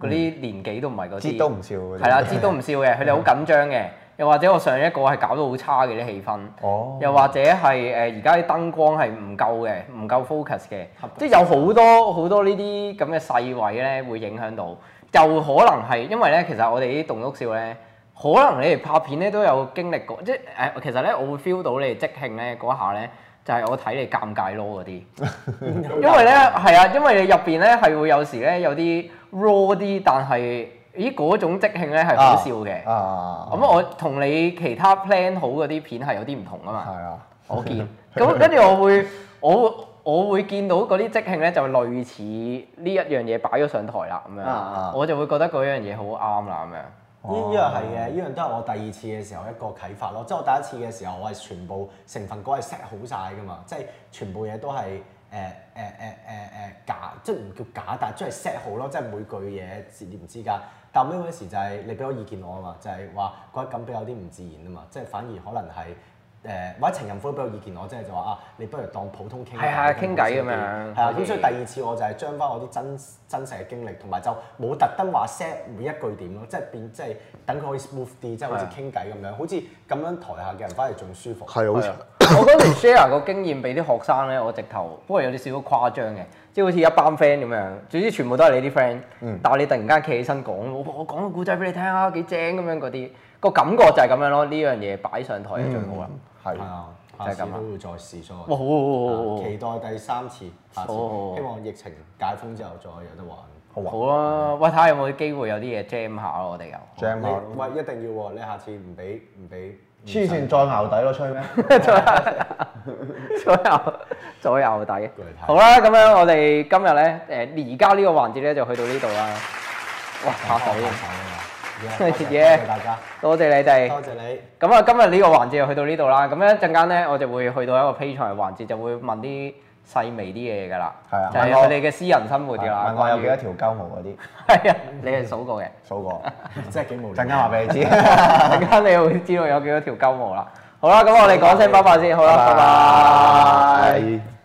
Speaker 1: 嗰啲年紀都唔係嗰
Speaker 3: 嗯知
Speaker 1: 啲，
Speaker 3: 都唔笑嗰啲
Speaker 1: 係啦，知都唔笑嘅，佢哋好緊張 嘅。又或者我上一個係搞到好差嘅啲氣氛，
Speaker 3: 哦
Speaker 1: 又或者係誒而家啲燈光係唔夠嘅，唔夠 focus 嘅，即係有好多好多呢啲咁嘅細位咧會影響到，又可能係因為咧，其實我哋啲棟篤笑咧，可能你哋拍片咧都有經歷過，即係誒、其實咧我會 feel 到你哋即興咧嗰下咧，就係、我睇你尷尬咯嗰啲。因為咧係啊，因為你入邊咧係會有時咧有啲 raw 啲，但係咦嗰種即興咧係好笑嘅。咁、
Speaker 3: 啊，
Speaker 1: 我同你其他 plan 好嗰啲片係有啲唔同啊嘛，
Speaker 3: 係啊，
Speaker 1: 我見。 咁跟住我會我我會見到嗰啲即興咧就類似呢一樣嘢擺咗上台啦咁樣，
Speaker 3: 啊
Speaker 1: 我就會覺得嗰樣嘢好啱啦咁樣。
Speaker 2: 呢
Speaker 1: 哦
Speaker 2: 呢樣係嘅，呢樣都係我第二次嘅時候一個啟發咯。即係我第一次嘅時候，我係全部成分股係 set 好晒噶嘛，即係全部嘢都係誒呃誒誒誒誒呃假，即係唔叫假，但係即係 set 好咯，即係每句嘢節念之間。但尾嗰時就係你俾我意見我啊嘛，就係話覺得咁比較啲唔自然啊嘛，即係反而可能係。誒、或者情人夫都俾我意見我，即係就話啊，你不如當普通傾偈
Speaker 1: 係係傾偈咁樣
Speaker 2: 係啊，咁所以第
Speaker 1: 好似
Speaker 2: 二。第二次我就係將翻我啲真真實嘅經歷，同埋就冇特登話 set 每一句點咯，即係變即係等佢可以 smooth 啲，即係好似傾偈咁樣，好似咁樣台下嘅人反而仲舒服。
Speaker 3: 係好
Speaker 1: 係啊我嗰時 share 個經驗俾啲學生咧，我直頭不過有啲少少誇張嘅，即係好似一班 friend 咁樣，總之全部都係你啲 friend，、但係
Speaker 3: 嗯
Speaker 1: 你突然間企起身講，我我講個故仔俾你聽啊，幾正咁樣嗰啲，個感覺就係咁樣咯。呢樣嘢擺上台係最好啦。
Speaker 3: 係
Speaker 2: 係。啊，
Speaker 1: 就係
Speaker 2: 下
Speaker 1: 咁啊
Speaker 2: 次都會再試所以
Speaker 1: 哇，
Speaker 2: 我
Speaker 1: 好
Speaker 2: 啊期待第三次，下次
Speaker 1: 哦
Speaker 2: 希望疫情解封之後再有得玩。
Speaker 1: 好好啦，喂，睇下有冇機會有啲嘢 jam 下咯，我哋又。
Speaker 3: jam
Speaker 2: 你
Speaker 3: 咯
Speaker 2: 喂一定要喎，你下次唔俾唔俾。
Speaker 3: 黐線再熬底咯，吹咩？
Speaker 1: 左右左右底
Speaker 2: 過嚟睇。
Speaker 1: 好啦，咁樣我哋今日咧，誒而家呢個環節咧就去到呢度啦。哇，拍手
Speaker 2: 手
Speaker 1: 添，
Speaker 2: 啊！
Speaker 1: 多謝
Speaker 2: 多謝大家，
Speaker 1: 多謝你哋。
Speaker 2: 多謝你。
Speaker 1: 咁啊，今日呢個環節就去到呢度啦。咁一陣間咧，我就會去到一個 Patreon 嘅環節，就會問啲細微啲嘢㗎啦。
Speaker 3: 係啊
Speaker 1: 就係
Speaker 3: 問我
Speaker 1: 佢哋嘅私人生活㗎啦。
Speaker 3: 問我有幾多
Speaker 1: 啊關於？
Speaker 3: 條鳩毛嗰啲，
Speaker 1: 係啊，你係數過嘅。
Speaker 3: 數過，
Speaker 2: 真係幾無聊。
Speaker 3: 陣間話俾你知。
Speaker 1: 陣間你會知道有幾多條鳩毛啦。好啦，咁我哋講聲拜拜先。好啦，拜拜。
Speaker 3: 拜。